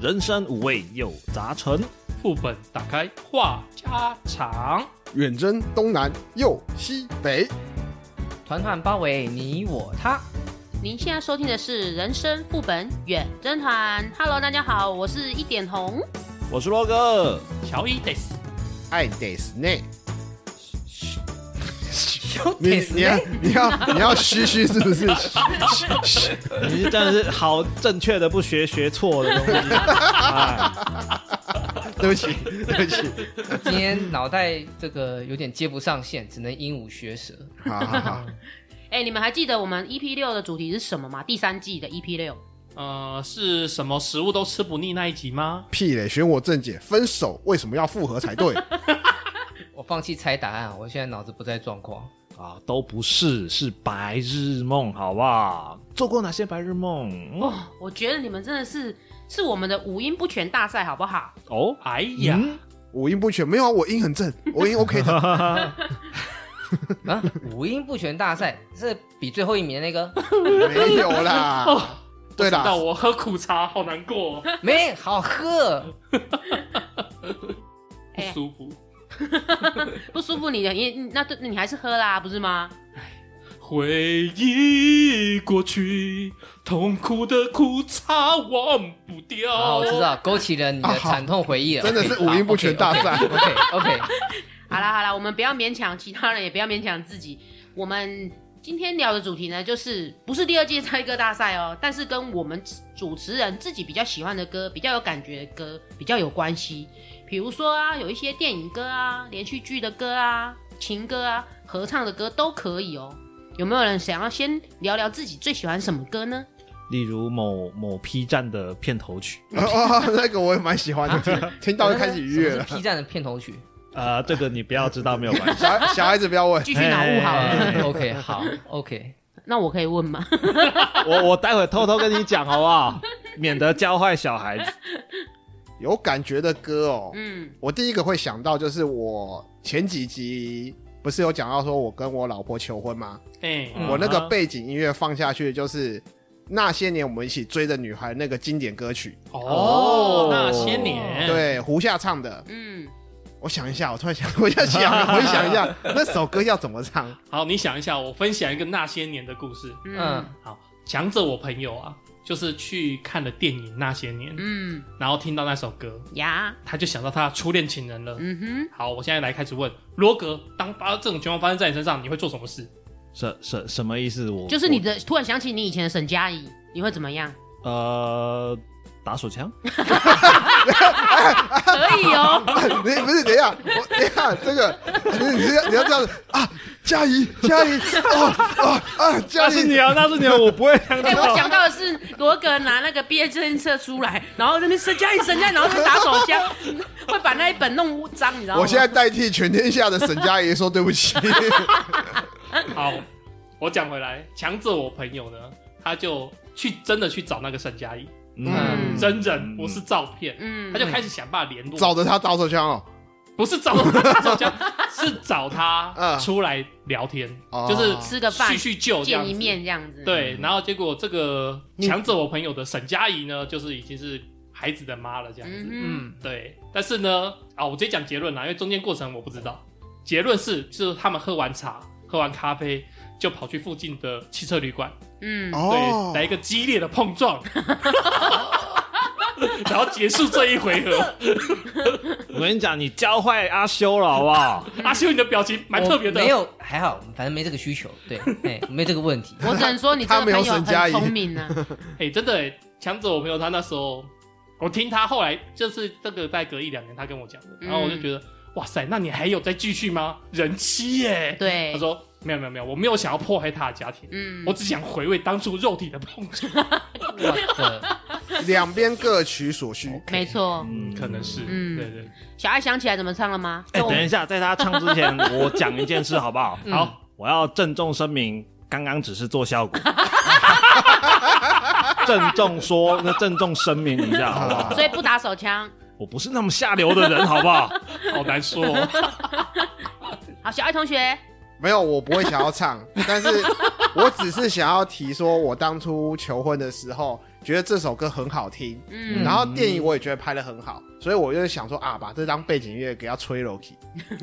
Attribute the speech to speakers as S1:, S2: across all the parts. S1: 人生五味有杂陈，
S2: 副本打开话家常，
S3: 远征东南右西北，
S4: 团团包围你我他，
S5: 您现在收听的是《人生副本远征团》。Hello，大家好，我是一点红。
S1: 我是罗哥。
S2: 乔伊得斯，
S3: 爱得斯内。
S4: 兄
S3: 你
S4: 弟
S3: 你要你要你要嘘嘘是不是？
S1: 你是真的哎是好正确的，不学学错的东西。哎
S3: 对不起对不起，
S4: 今天脑袋这个有点接不上线，只能鹦鹉学舌。
S3: 好好好，
S5: 哎、你们还记得我们 EP 六的主题是什么吗？第三季的 EP 六。
S2: 呃，是什么食物都吃不腻那一集吗？
S3: 屁嘞！选我正解，分手为什么要复合才 对？
S4: 我放弃猜答案，我现在脑子不在状况。
S1: 啊，都不是，是白日梦，好不好？做过哪些白日梦？
S5: 哦，我觉得你们真的是是我们的五音不全大赛，好不好？
S1: 哦，
S2: 哎呀，
S1: 嗯
S3: 五音不全，没有啊，我音很正，我音 OK 的。
S4: 啊，五音不全大赛是比最后一名的那个
S3: 没有啦，对
S2: 到
S3: 啦，
S2: 我喝苦茶好难过 哦、
S4: 没好喝，
S2: 不
S5: 哎呀
S2: 舒服，
S5: 不舒服你的，你你那对你还是喝啦，不是吗？
S2: 回忆过去，痛苦的苦茶忘不掉。哦
S4: 啊，我知道，勾起了你
S3: 啊
S4: 的
S3: 好
S4: 惨痛回忆了。
S3: 真的是五音不全大赛
S4: OK OK，
S5: 好啦好啦，我们不要勉强其他人，也不要勉强自己。我们今天聊的主题呢，就是不是第二届猜歌大赛哦，但是跟我们主持人自己比较喜欢的歌、比较有感觉的歌比较有关系。比如说啊，有一些电影歌啊、连续剧的歌啊、情歌啊、合唱的歌都可以哦。有没有人想要先聊聊自己最喜欢什么歌呢？
S1: 例如某某 P 站的片头曲，
S3: 哦，那个我也蛮喜欢的，听 到就开始愉悦
S4: 什么
S3: 了
S4: 是。P 站的片头曲。
S1: 呃，这个你不要知道没有关系。
S3: 小孩小孩子不要问，
S5: 继续脑雾好了，
S1: 哎
S4: OK，好 OK，
S5: 那我可以问吗？
S1: 我我待会偷偷跟你讲好不好？免得教坏小孩子。
S3: 有感觉的歌哦。
S5: 嗯，
S3: 我第一个会想到就是我前几集不是有讲到说我跟我老婆求婚吗？
S2: 哎、
S4: 嗯
S3: 我那个背景音乐放下去就是那些年我们一起追的女孩那个经典歌曲，
S2: 哦，那些年，，
S1: 嗯
S3: 对胡夏唱的。
S5: 嗯，
S3: 我想一下，我突然想，我要想，我想 一下那首歌要怎么唱。
S2: 好，你想一下，我分享一个那些年的故事。
S5: 嗯
S4: 嗯，
S2: 好，强着我朋友啊，就是去看了电影《那些年》，
S5: 嗯
S2: 然后听到那首歌，
S5: 呀，
S2: 他就想到他的初恋情人了。
S5: 嗯哼。
S2: 好，我现在来开始问罗格，当发这种情况发生在你身上，你会做什么 事？
S1: 什什什么意思？我
S5: 就是你的突然想起你以前的沈佳宜，你会怎么样？
S1: 我呃打手枪。
S5: 可以哦，
S3: 你不是等一下，我等一下这个，你你要你要这样子啊，佳怡佳怡啊啊啊，佳
S1: 那是
S3: 怡
S1: 你啊，那是你啊，我不会想
S5: 哎、我
S1: 到。
S5: 想到的是罗格拿那个毕业证册出来，然后那边沈佳宜沈佳宜，然后在打手枪，会把那一本弄污脏，你
S1: 啊
S5: 知道吗？
S3: 我现在代替全天下的沈佳宜说对 不起。
S2: 好，我讲回来，强者我朋友呢，他就去真的去找那个沈佳宜，
S4: 嗯
S2: 真人不是照片，
S5: 嗯
S2: 他就开始想办法联络，
S3: 找着他打手枪哦，
S2: 不是找他找家，是找他
S3: 嗯
S2: 出来聊天，
S3: 哦
S2: 就是
S5: 吃个饭
S2: 叙叙旧这样
S5: 见
S2: 子
S5: 一。面这样子。，
S2: 对，然后结果这个强者我朋友的沈佳宜呢，就是已经是孩子的妈了这样子。
S5: 嗯
S4: 嗯，
S2: 对，但是呢，啊，我直接讲结论啦，因为中间过程我不知道。结论是，就是他们喝完茶、喝完咖啡，就跑去附近的汽车旅馆，
S5: 哼嗯，
S3: 哦
S2: 对，，来一个激烈的碰撞，然后结束这一回合。
S1: 我跟你讲，你教坏阿修了，好不好？
S2: 阿修，你的表情蛮特别的，
S4: 我没有还好，反正没这个需求，对， 哎，没这个问题。
S5: 我只能说你这
S3: 他
S5: 个
S3: 没有
S5: 朋友
S3: 沈佳
S5: 很
S3: 宜
S5: 聪明呢、啊。
S2: 哎、真的、欸，强者我朋友他那时候，我听他后来就是这个再隔一两年他跟我讲的，然后我就
S5: 嗯
S2: 觉得、哇塞，那你还有再继续吗？人妻耶、
S5: 对
S2: 他，说没有没有没有，我没有想要破坏他的家庭，
S5: 嗯
S2: 我只想回味当初肉体的碰撞，
S4: 我的
S3: 两边各取所
S2: 哦
S3: 需。
S5: 没错。
S1: 嗯
S2: 可能是，
S5: 嗯
S2: 对对
S5: 小爱想起来怎么唱了吗？
S1: 哎、等一下，在他唱之 前，我讲一件事好不
S5: 嗯
S1: 好？
S2: 好，
S1: 我要郑重声明，刚刚只是做效 果。郑重说，那郑重声明一下好不好？
S5: 所以不打手枪。
S1: 我不是那么下流的人，好不好？
S2: 好难说、 哦，
S5: 好，小爱同学，
S3: 没有，我不会想要唱，但是我只是想要提说，我当初求婚的时候，觉得这首歌很好听，
S5: 嗯，
S3: 然后电影我也觉得拍的很好，所以我就想说啊，把这当背景音乐给它吹 l o k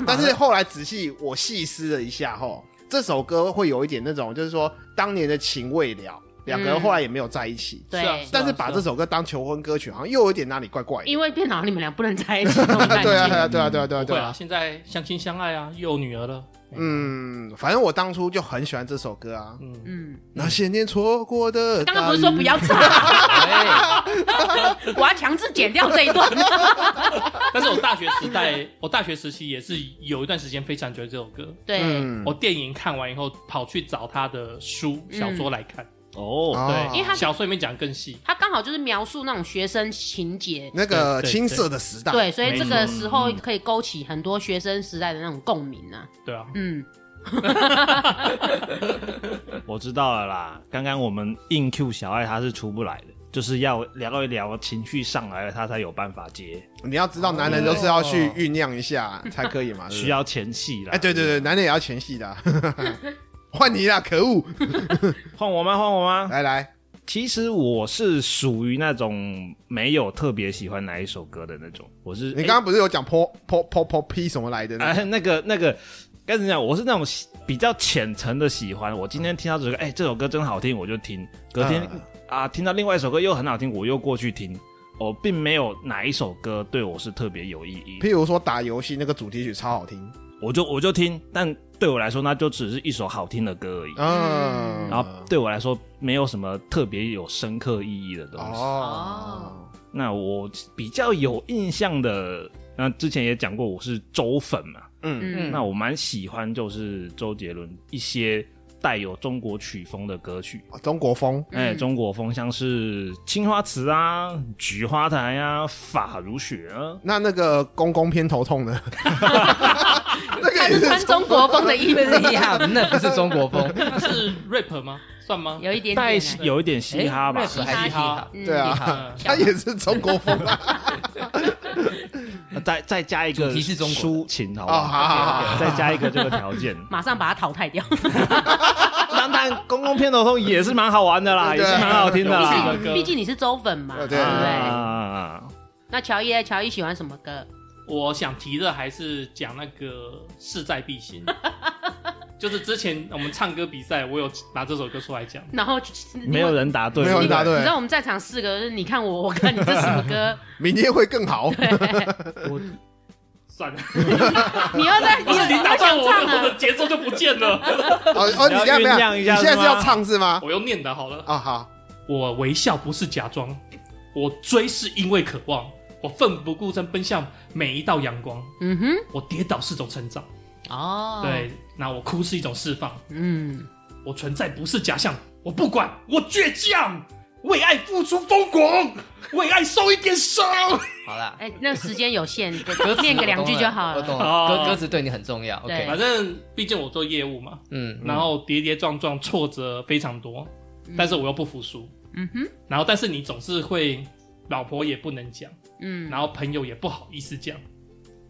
S3: 但是后来仔细我细思了一下，吼，这首歌会有一点那种，就是说当年的情未了，两个人
S5: 嗯
S3: 后来也没有在一起，
S5: 对
S2: 是啊
S3: 但是把这首歌当求婚歌曲，好像又有一点哪里怪怪的。
S5: 因为变老，你们俩不能在一起，那种感觉
S3: 对啊，对啊，对啊，对啊，对啊，
S2: 不
S3: 对
S2: 会啊，
S3: 啊。
S2: 现在相亲相爱啊，又有女儿了。
S3: 嗯，反正我当初就很喜欢这首歌啊。
S2: 嗯，
S5: 嗯，
S3: 那些年错过的，
S5: 刚刚不是说不要唱，
S4: 哎，
S5: 我要强制剪掉这一段。
S2: 但是我大学时代，我大学时期也是有一段时间非常喜欢这首歌。
S5: 对，
S3: 嗯
S1: 哦
S2: 我电影看完以后，跑去找他的书、小
S5: 嗯
S2: 说来看。
S1: 哦，
S3: 哦
S2: 对，
S5: 因为他
S2: 小说里面讲更细。
S5: 他刚好就是描述那种学生情节，
S3: 那个
S2: 对对
S3: 青涩的时代，
S5: 对，所以这个时候
S1: 没错嗯
S5: 可以勾起很多学生时代的那种共鸣 啊。
S2: 对啊，
S5: 嗯，
S1: 我知道了啦。刚刚我们硬 Q 小爱他是出不来的，就是要聊一聊情绪上来了，他才有办法接，
S3: 你要知道，男人都是要去酝酿一下才可以嘛，对不对
S1: 哦需。要前戏啦。
S3: 嗯哎，对对对，男人也要前戏 的啊。换你啦，可恶！
S1: 换我吗？换我吗？
S3: 来来，
S1: 其实我是属于那种没有特别喜欢哪一首歌的那种，我是
S3: 你刚刚不是有讲 po po po po p 什么来的
S1: 哎、
S3: 呢？
S1: 那个那个该怎么讲？我是那种喜比较浅层的喜欢。我今天听到这首歌，哎、这首歌真好听，我就听。隔天
S3: 嗯
S1: 啊听到另外一首歌又很好听，我又过去听。我并没有哪一首歌对我是特别有意义，
S3: 譬如说打游戏那个主题曲超好听，
S1: 我就我就听，但对我来说，那就只是一首好听的歌而已。
S3: 嗯，
S1: 然后对我来说，没有什么特别有深刻意义的东西。
S3: 哦，
S1: 那我比较有印象的，那之前也讲过，我是周粉嘛。
S3: 嗯
S5: 嗯
S1: 那我蛮喜欢就是周杰伦一些带有中国曲风的歌曲，
S3: 中国风，
S5: 嗯
S1: 哎、中国风像是《青花瓷》啊，《菊花台》啊，《发如雪》啊。
S3: 那那个公公偏头痛呢？那个
S5: 他
S3: 也
S5: 是穿中国风的衣服，
S4: 哎呀， 那不是中国风，
S2: 他是 rap 吗？ 算吗？
S5: 有一点
S1: 带
S5: 点
S1: 是
S5: 啊。
S1: 有一点嘻哈吧
S4: 哎，rap 还
S5: 嘻
S4: 嘻哈
S2: 哈，
S5: 嗯
S3: 对啊
S2: 嗯
S3: 他也是中 国风啊！
S1: 再再加一个
S4: 主题是中国
S1: 抒情，好不
S3: 哦，
S1: 好？
S3: 好好 好，
S1: 再加一个这个条件，
S5: 马上把它淘汰掉，
S1: 当然公共片头痛也是蛮好玩的啦，也
S3: 对
S1: 是蛮好听的
S2: 有
S1: 啦
S2: 趣。的歌
S5: 啊毕竟你是周粉嘛，
S3: 对
S5: 对
S3: 对
S5: 不
S3: 对
S5: 对？
S1: 啊，
S5: 那乔伊，乔伊喜欢什么歌？
S2: 我想提的还是讲那个势在必 行，就是之前我们唱歌比赛，我有拿这首歌出来讲。
S5: 然后
S1: 没有人答对，
S3: 没有人答对
S5: 你知道我们在场四个，就是你看我，我看你，这什么歌？
S3: 明天会更好。
S1: 我
S2: 算了，
S5: 哦你要在，
S2: 不 是你打断
S5: 要想
S2: 我，我
S5: 唱
S2: 的我
S5: 啊？
S2: 的节奏就不见了。
S3: 哦哦，你
S1: 要
S3: 现在没
S1: 酝酿
S3: 有，
S1: 一
S3: 你
S1: 下
S3: 现在
S1: 是
S3: 是
S1: 吗
S3: 要唱是吗？
S2: 我用念的好了，
S3: 啊，好，
S2: 我微笑不是假装，我追是因为渴望，我奋不顾身奔向每一道阳光，
S5: 嗯哼，
S2: 我跌倒是种成长，
S5: 哦，，
S2: 对，那我哭是一种释放，
S5: 嗯，
S2: 我存在不是假象，我不管，我倔强，为爱付出疯狂，为爱受一点伤。
S4: 好啦，
S5: 哎，那时间有限，给
S4: 歌词
S5: 哎念个
S4: 我
S5: 两
S4: 懂
S5: 句就好
S4: 我懂
S5: 了。
S2: 哦
S4: 歌歌词对你很重要
S5: 对
S4: ，OK，
S2: 反正毕竟我做业务嘛，
S4: 嗯，
S2: 然后跌跌撞撞，挫折非常多，但是我又不服输，
S5: 嗯哼，
S2: 然后但是你总是会，老婆也不能讲。
S5: 嗯，
S2: 然后朋友也不好意思讲，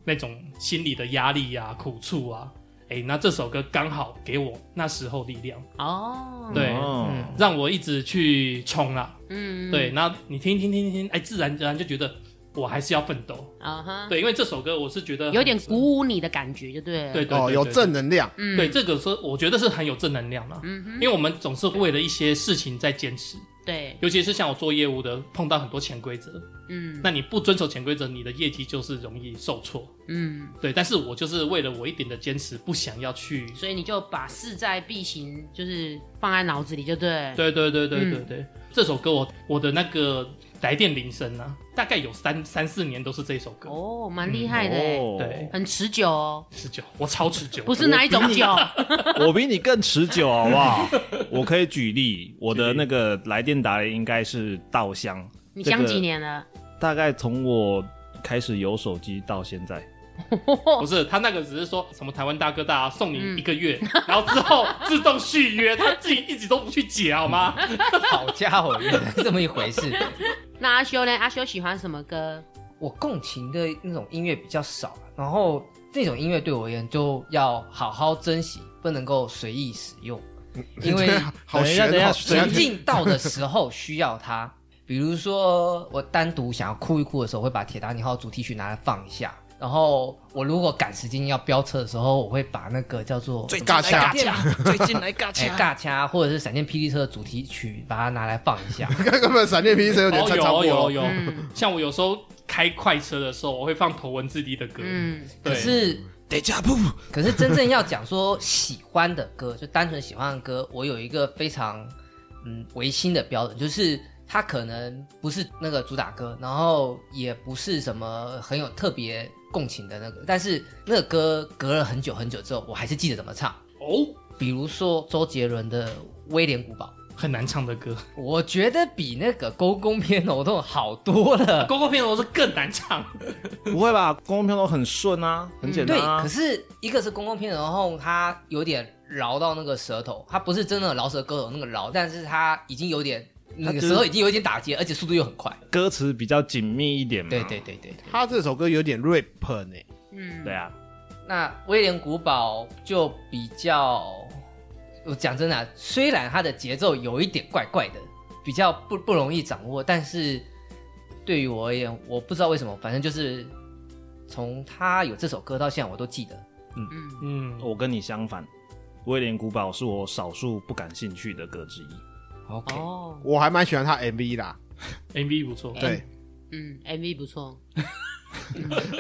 S2: 那种心理的压力呀、苦处啊，哎，那这首歌刚好给我那时候力量，
S5: 哦，
S2: 对
S1: 哦
S4: 嗯
S2: 让我一直去冲啊。
S5: 嗯，
S2: 对，，那你听听听听听，哎，自然而然就觉得我还是要奋斗。
S5: 啊哈，
S2: 对，因为这首歌我是觉得很
S5: 有点，鼓舞你的感觉，就对了。
S2: 对，对
S3: 哦，有正，能量，
S5: 嗯，
S2: 对对对，这个是我觉得是很有正能量的、
S5: 嗯哼，
S2: 因为我们总是为了一些事情在坚持，
S5: 对，
S2: 尤其是像我做业务的，碰到很多潜规则，
S5: 嗯
S2: 那你不遵守潜规则，你的业绩就是容易受挫。
S5: 嗯，
S2: 对，但是我就是为了我一点的坚持，不想要去。
S5: 所以你就把势在必行，就是放在脑子里，就对。，
S2: 对对对对
S5: 嗯
S2: 对对，这首歌我我的那个来电铃声啊，大概有三三四年都是这首歌。
S5: 哦，蛮厉害的欸，
S1: 哦
S2: 对
S5: 很持久哦，
S2: 持久，我超持久。
S5: 不是哪一种酒，
S1: 我比你更持久，好不好？我可以举例，我的那个来电打雷应该是稻香，
S5: 你想几
S1: 这个
S5: 年了？
S1: 大概从我开始有手机到现在，
S2: 不是他那个只是说什么台湾大哥大、啊送
S5: 嗯
S2: 你一个月，然后之后自动续约，他自己一直都不去解好吗？
S4: 好家伙，原来这么一回事。
S5: 那阿修呢？阿修喜欢什么歌？
S4: 我共情的那种音乐比较少啊，然后这种音乐对我而言就要好好珍惜，不能够随意使用。因为
S3: 好
S1: 等一
S3: 悬
S1: 下
S3: 哦，
S1: 等一下
S3: 悬
S1: 等
S4: 情境到的时候需要它。比如说，我单独想要哭一哭的时候，会把《铁达尼号》主题曲拿来放一下。然后我如果赶时间要飙车的时候，我会把那个叫做
S6: 最近来
S3: 尬掐
S6: 尬掐，最近来尬
S4: 哎
S6: 掐，
S4: 尬掐或者是闪电霹雳车的主题曲，把它拿来放一下。
S3: 根本闪电霹雳车有点
S2: 哦，
S3: 穿插
S2: 有
S3: 过
S2: 有
S3: 了。
S2: 有，
S5: 嗯
S2: 像我有时候开快车的时候，我会放头文字 D 的歌。
S5: 嗯，
S4: 可
S2: 对，
S4: 是
S6: 得加步，
S4: 可是真正要讲说喜欢的歌，就单纯喜欢的歌，我有一个非常嗯唯心的标准，就是它可能不是那个主打歌，然后也不是什么很有特别共情的那个，但是那个歌隔了很久很久之后，我还是记得怎么唱。
S2: 哦，
S4: 比如说周杰伦的《威廉古堡》，
S2: 很难唱的歌。
S4: 我觉得比那个勾公片头痛好多了。
S2: 公共片头是更难唱。
S1: 不会吧？公共票都很顺啊，很简单
S4: 嗯对，
S1: 啊
S4: 可。是一个是公共片，然后它有点饶到那个舌头，它不是真的饶舌歌手那个饶，但是它已经有点那
S1: 它
S4: 个
S1: 就是
S4: 舌头已经有点打结，而且速度又很快。
S1: 歌词比较紧密一点嘛。
S4: 对对对对，对
S3: 他这首歌有点 rap 欸呢，
S5: 嗯，
S1: 对啊，
S4: 那威廉古堡就比较，我讲真的啊、虽然它的节奏有一点怪怪的，比较不不容易掌握，但是对于我而言，我不知道为什么，反正就是从他有这首歌到现在我都记得。
S5: 嗯
S2: 嗯，
S1: 我跟你相反，《威廉古堡》是我少数不感兴趣的歌之一。
S4: OK，、
S5: 哦，
S3: 我还蛮喜欢他 MV 啦。
S2: MV 不错。
S3: 对，
S5: 嗯，MV 不错，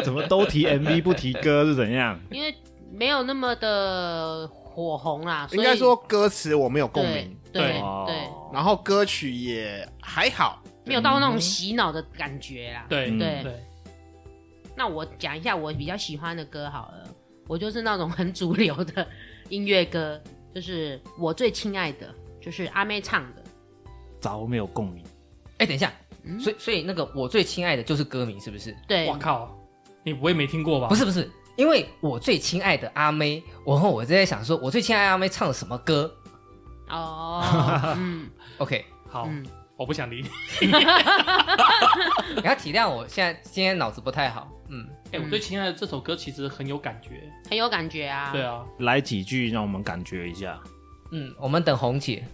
S1: 怎么都提 MV 不提歌是怎样？
S5: 因为没有那么的火红啦，所
S3: 应
S5: 以
S3: 该说歌词我没有共
S5: 对
S3: 鸣，
S5: 对对
S1: 哦
S3: 然后歌曲也还好。
S5: 没有到那
S3: 嗯
S5: 种洗脑的感觉啦。
S2: 对
S1: 嗯
S5: 对
S2: 对，
S5: 那我讲一下我比较喜欢的歌好了，我就是那种很主流的音乐歌，就是我最亲爱的，就是阿妹唱的。
S1: 早没有共鸣。
S4: 哎，等一下，
S5: 嗯
S4: 所以所以那个我最亲爱的就是歌迷是不是？
S5: 对
S2: 我，靠，你不会没听过吧？
S4: 不，是不是，因为我最亲爱的阿妹，我我就在想说，我最亲爱的阿妹唱了什么歌
S5: 哦，嗯
S4: ？OK，
S2: 好，
S5: 嗯，
S2: 我不想理你。
S4: 你要体谅我现在今天脑子不太好，嗯，
S2: 哎，我最亲爱的这首歌其实很有感觉。
S5: 很有感觉啊。
S2: 对啊，
S1: 来几句让我们感觉一下。
S4: 嗯，我们等红姐。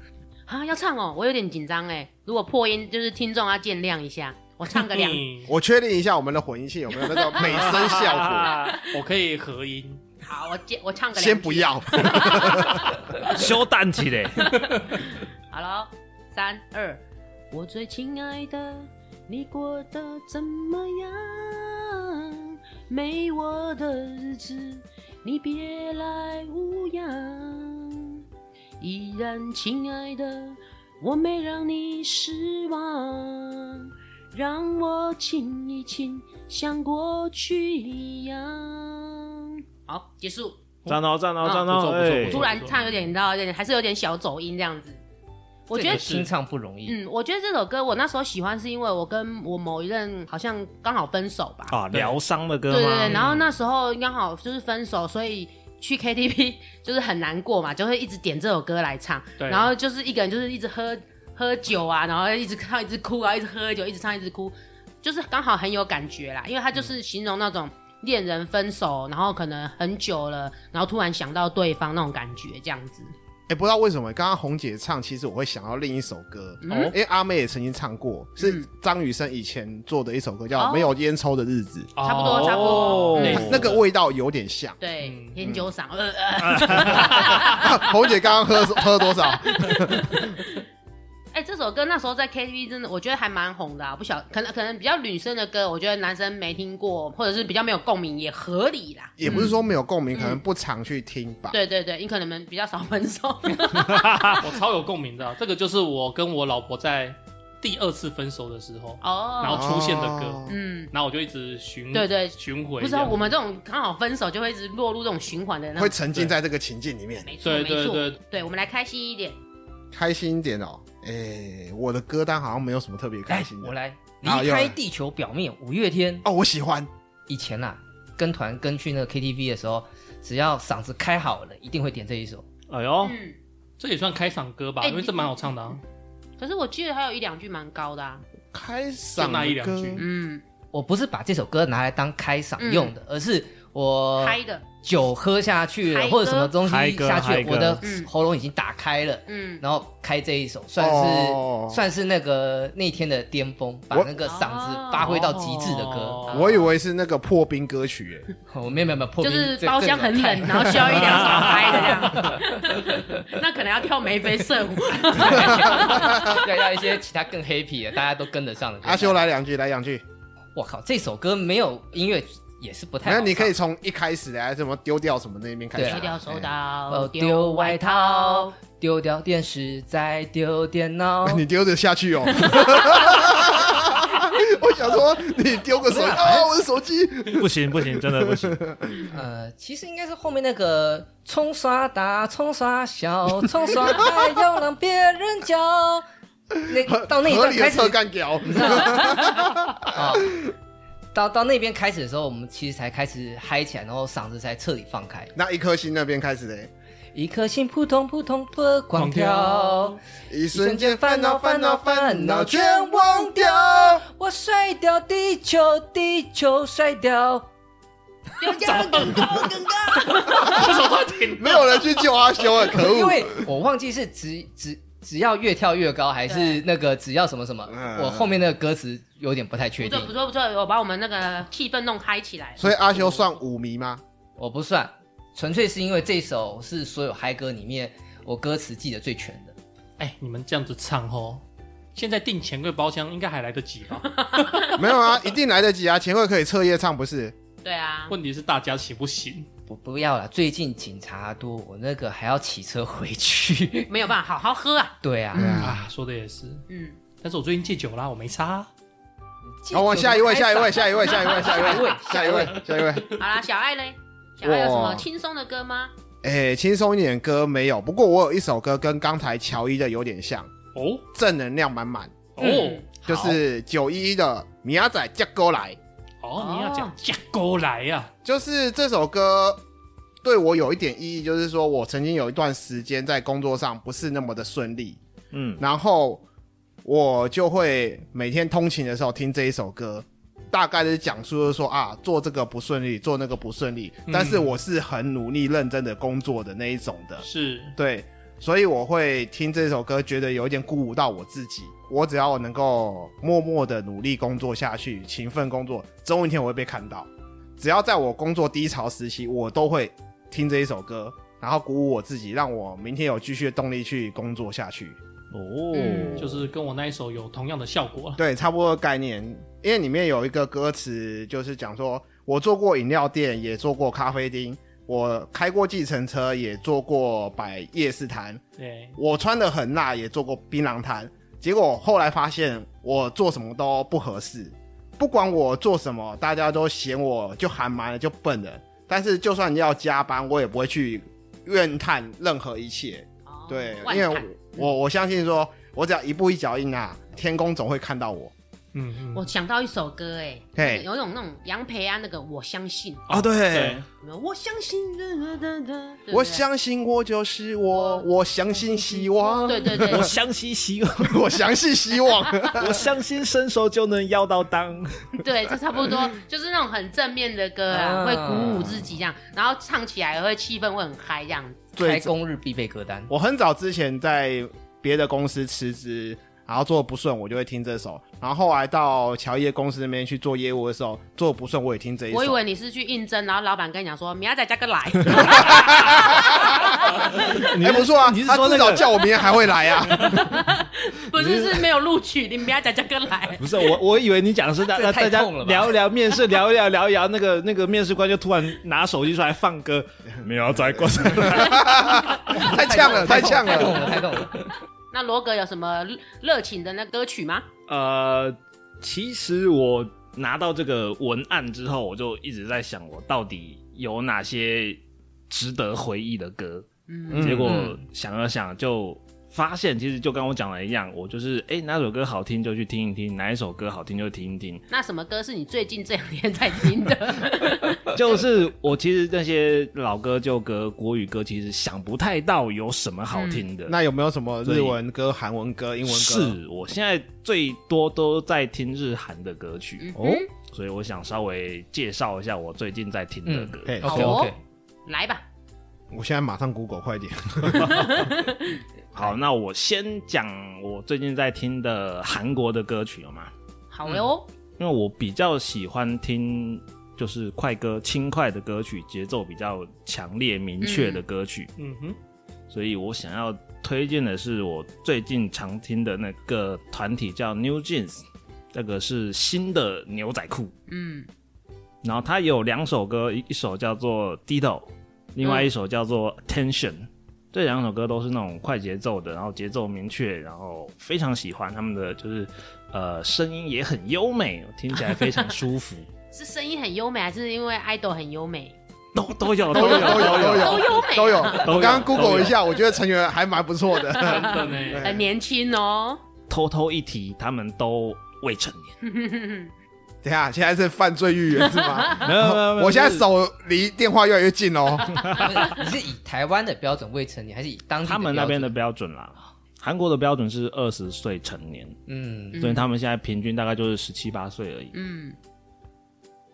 S5: 啊，要唱哦，我有点紧张哎。如果破音，就是听众要见谅一下。我唱个两，
S2: 嗯
S3: 我确定一下我们的混音器有没有那种美声效 果，
S2: 我可以合音。
S5: 好，我接我唱个两。
S3: 先不。要。
S1: 修蛋起嘞，
S5: 好了，哦三二，我最亲爱的，你过得怎么样？没我的日子，你别来无恙。依然，亲爱的，我没让你失望，让我亲一亲，像过去一样。好，结束。
S1: 赞哦赞哦
S5: 啊
S1: 赞
S2: 不
S1: 哦！
S2: 错不错
S1: 哎
S2: 不
S5: 突
S2: 错
S5: 然唱有点，你知道，有点还是有点小走音这样子。我觉
S4: 这
S5: 得
S4: 个清唱不容易，
S5: 嗯，我觉得这首歌我那时候喜欢是因为我跟我某一任好像刚好分手吧，
S2: 哦
S1: 啊，疗伤的歌
S5: 对
S1: 吗？
S5: 对对，
S2: 嗯
S5: 然后那时候刚好就是分手，所以去 KTV 就是很难过嘛，就会一直点这首歌来唱，
S2: 对啊
S5: 然后就是一个人就是一直喝喝酒啊，然后一直唱一直哭啊，一直喝酒一直唱一直哭，就是刚好很有感觉啦，因为它
S2: 嗯
S5: 就是形容那种恋人分手，然后可能很久了，然后突然想到对方那种感觉这样子，
S3: 哎，不知道为什么刚刚红姐唱，其实我会想到另一首歌，
S5: 嗯
S3: 因为阿妹也曾经唱过，是张雨生以前做的一首歌叫
S5: 哦
S3: 《没有烟抽的日子》，
S5: 差不多差不多
S1: 哦
S2: 类
S3: 那
S2: 似
S3: 那个味道有点像。
S5: 对，
S2: 嗯
S5: 烟酒嗓，呃呃。
S3: 红啊姐刚刚喝喝多少？
S5: 哎、这首歌那时候在 KTV 真的，我觉得还蛮红的啊。不晓可能可能比较女生的歌，我觉得男生没听过，或者是比较没有共鸣，也合理啦。
S3: 也不是说没有共鸣，
S5: 嗯
S3: 可能不常去听吧。
S5: 对对对，你可能们比较少分手。
S2: 我超有共鸣的啊。这个就是我跟我老婆在第二次分手的时候，然
S5: 哦，
S2: 后出现的歌
S3: 哦
S5: 嗯，
S2: 然后我就一直循
S5: 对对
S2: 巡回
S5: 不
S2: 这样，
S5: 知道我们这种刚好分手就会一直落入这种循环
S2: 嗯
S5: 的那
S3: 会
S5: 种。
S3: 沉浸在这个情境里面，
S5: 没错
S2: 对
S5: 没
S2: 对
S5: 错，
S2: 对，
S5: 对我们来开心一点。
S3: 开心一点哦。哎，我的歌单好像没有什么特别开
S4: 来
S2: 哎
S3: 心，的。
S4: 我来
S3: 好
S4: 离
S3: 又来
S4: 开地球表面。五月天
S3: 哦，我喜欢。
S4: 以前呐、啊，跟团跟去那个 KTV 的时候，只要嗓子开好了，一定会点这一首。
S1: 哎呦，
S5: 嗯，
S2: 这也算开场歌吧，
S5: 哎
S2: 因为这蛮好唱的啊。
S5: 可是我记得还有一两句蛮高的啊。
S3: 开嗓
S2: 就那一
S3: 的
S2: 两
S3: 歌
S2: 句
S5: 嗯
S4: 我不是把这首歌拿来当开嗓用的，而是我
S5: 嗨的，
S4: 酒喝下去了，
S5: 嗨歌
S4: 或者什么东西
S1: 嗨歌
S4: 下去
S1: 嗨
S4: 了，
S1: 歌
S4: 我的
S5: 嗯
S4: 喉咙已经打开了，
S5: 嗯，
S4: 然后开这一首，算是、
S3: 哦
S4: 算是那个那天的巅峰，把
S3: 我
S4: 那个嗓子
S5: 哦
S4: 发挥到极致的歌。哦
S2: 哦
S3: 我以为是那个破冰歌曲耶，
S4: 我没有没有没有破
S5: 就
S4: 冰，
S5: 是
S4: 这
S5: 包厢很冷，然后需要一两首嗨的这样， 那可能要跳眉飞色舞。啊
S4: 对，要一些其他更 happy 的，大家都跟得上的。
S3: 阿修，来两句，来两句。
S4: 我靠，这首歌没有音乐也是不太好
S3: 那
S4: 唱。
S3: 你可以从一开始来什么丢掉什么那边开始
S4: 对
S3: 啊，
S5: 丢掉手
S3: 哎。
S5: 套
S4: 哦，丢外套，丢掉电视，再丢 电脑
S3: 那。你丢得下去哦。我想说，你丢个手机啊，我的手机。
S1: 不行不行，真的不行。
S3: 嗯
S4: 呃，其实应该是后面那个冲刷打，冲刷小，冲刷爱要让别人教。那到那 一
S3: 合
S4: 段
S3: 理
S4: 开
S3: 的
S4: 始
S3: 车干掉，
S4: 啊、到到那边开始的时候，我们其实才开始嗨起来，然后嗓子才彻底放开。
S3: 那一颗心那边开始嘞，
S4: 一颗心扑通扑通的狂跳，
S3: 一
S4: 一
S3: 瞬间哦烦恼烦恼烦
S4: 哦
S3: 恼哦全忘掉。，
S4: 我甩掉地球，地球甩掉。
S5: 丢掉更高更高。
S2: 为什么突然停？
S3: 没有人去救阿修啊，可
S4: 因
S3: 恶！
S4: 为我忘记是只只只要越跳越高，还是那个只要什么什么
S3: 嗯，
S4: 我后面那个歌词有点不太确
S5: 不
S4: 定
S5: 错，不错不错，我把我们那个气氛弄嗨起来了。
S3: 所以阿修算舞迷吗？
S4: 我不算，纯粹是因为这首是所有嗨歌里面我歌词记得最全的。
S2: 哎，你们这样子唱哦，现在订钱柜包厢应该还来得及 吧？
S3: 没有啊，一定来得及啊，前会可以彻夜唱不是？
S5: 对啊，
S2: 问题是大家行不行？
S4: 我不要了，最近警察多，我那个还要骑车回去。
S5: 没有办法好好喝啊。
S4: 对
S3: 嗯
S4: 啊，
S2: 啊，说的也是。
S5: 嗯，
S2: 但是我最近戒酒啦，我没差啊。
S3: 好，往哦下一位，下一位，
S4: 嗯下
S3: 下一位，下一位，下一位， 下一位，下一位。
S5: 好啦，小爱嘞，小爱有什
S3: 哇
S5: 么轻松的歌吗？
S3: 哎，轻松一点的歌没有，不过我有一首歌跟刚才乔伊的有点像，
S2: 哦
S3: 正能量满满，
S2: 哦
S3: 就是九一的《米亚仔架勾来》。
S2: 哦，你要讲架勾来啊呀？
S3: 就是这首歌对我有一点意义，就是说我曾经有一段时间在工作上不是那么的顺利，
S1: 嗯，
S3: 然后我就会每天通勤的时候听这一首歌，大概就是讲述就是说啊，做这个不顺利，做那个不顺利，但是我是很努力认真的工作的那一种的，
S2: 是
S3: 对，所以我会听这首歌，觉得有一点鼓舞到我自己。我只要能够默默的努力工作下去，勤奋工作，总有一天我会被看到。只要在我工作低潮时期，我都会听这一首歌，然后鼓舞我自己，让我明天有继续的动力去工作下去。
S1: 哦，
S2: 就是跟我那一首有同样的效果
S5: 哦
S2: 啊。
S3: 对，差不多的概念。因为里面有一个歌词，就是讲说我做过饮料店，也做过咖啡厅，我开过计程车，也做过摆夜市摊，
S2: 对，
S3: 我穿的很辣，也做过槟榔摊，结果后来发现我做什么都不合适，不管我做什么，大家都嫌我就寒蛮了，就笨了。但是就算要加班，我也不会去怨叹任何一切。
S5: 哦
S3: 对，
S5: 万
S3: 因为
S5: 叹
S3: 我我我相信说，我只要一步一脚印啊，天公总会看到我。
S2: 嗯嗯，
S5: 我想到一首歌哎、
S3: 嘿
S5: 有一种那种杨培安那个我相信，
S1: 啊
S3: 哦，对，
S5: 有没有我相信，对对对对对
S3: 我相信我就是我，我相信希望，
S5: 对对对
S1: 我，相信希望，
S3: 我相信希 望。
S1: 我相信伸手就能要到裆。
S5: 对，这差不多，就是那种很正面的歌啊，
S4: 啊
S5: 会鼓舞自己这样，然后唱起来会气氛会很嗨这样子。
S3: 最
S4: 开工日必备歌单。
S3: 我很早之前在别的公司辞职，然后做得不顺，我就会听这首。然后后来到乔叶公司那边去做业务的时候，做得不顺我也听这一首。
S5: 我以为你是去应征，然后老板跟你讲说，明仔加 个来，
S1: 你
S3: 还不错啊，
S1: 你是
S3: 他
S1: 说
S3: 至
S1: 那
S3: 少
S1: 个？
S3: 叫我明天还会来啊。
S5: 不是是没有录取，你明仔加个来。
S1: 不是我，我以为你讲的是大
S4: 这
S1: 大
S4: 也太
S1: 大家
S4: 痛了吧
S1: 聊一聊面试，聊一聊聊一聊，那个那个面试官就突然拿手机出来放歌，没有在过生日
S3: 太呛了，太呛
S4: 太懂
S3: 了。
S4: 了，太懂了。
S5: 那罗格有什么热情的那歌曲吗？
S1: 呃，其实我拿到这个文案之后，我就一直在想，我到底有哪些值得回忆的歌？
S5: 嗯，
S1: 结果想了想，就发现其实就跟我讲的一样，我就是哎、哪首歌好听就去听一听，哪一首歌好听就听一听。
S5: 那什么歌是你最近这两天在 听
S1: 哦
S5: 的？
S1: 就是我其实那些老歌、旧歌、国语歌，其实想不太到有什么好听的。
S3: 嗯那有没有什么日文歌、韩文歌、英文歌？
S1: 是我现在最多都在听日韩的歌曲，
S5: 嗯
S3: 哦
S5: 哼，
S1: 所以我想稍微介绍一下我最近在听的歌。
S3: 嗯嘿，
S5: 好
S4: OK
S5: 哦
S4: OK，
S5: 来吧，
S3: 我现在马上 Google 快 点。
S1: 好，那我先讲我最近在听的韩国的歌曲好吗？
S5: 好哟，
S1: 因为我比较喜欢听就是快歌、轻快的歌曲，节奏比较强烈、明确的歌曲，
S2: 嗯哼，
S1: 所以我想要推荐的是我最近常听的那个团体叫 New Jeans，这个是新的牛仔裤。
S5: 嗯，
S1: 然后它有两首歌，一一首叫做《Dido》，另外一首叫做《Tension》。这两首歌都是那种快节奏的，然后节奏明确，然后非常喜欢他们的，就是呃声音也很优美，听起来非常舒 服。
S5: 是声音很优美，还是因为 idol 很优美？
S1: 都都有
S3: 都
S1: 有
S3: 有都有都有
S5: 都优美，
S3: 都 有，
S1: 都有
S3: 我刚刚 Google
S1: 都有
S3: 一下，我觉得成员还蛮不错的。
S2: 真的呢，
S5: 很年轻哦。
S1: 偷偷一提，他们都未成年。
S3: 等一下，现在是犯罪预言是 吗？
S1: 没有没有没有，
S3: 我现在
S1: 就是
S3: 手离电话越来越近哦。
S4: 你是以台湾的标准未成年，还是以当地
S1: 他们那边的
S4: 标
S1: 标准啦。韩国的标准是二十岁成年，
S4: 准？嗯，
S1: 所以他们现在平均大概就是十七八岁而已。
S5: 嗯，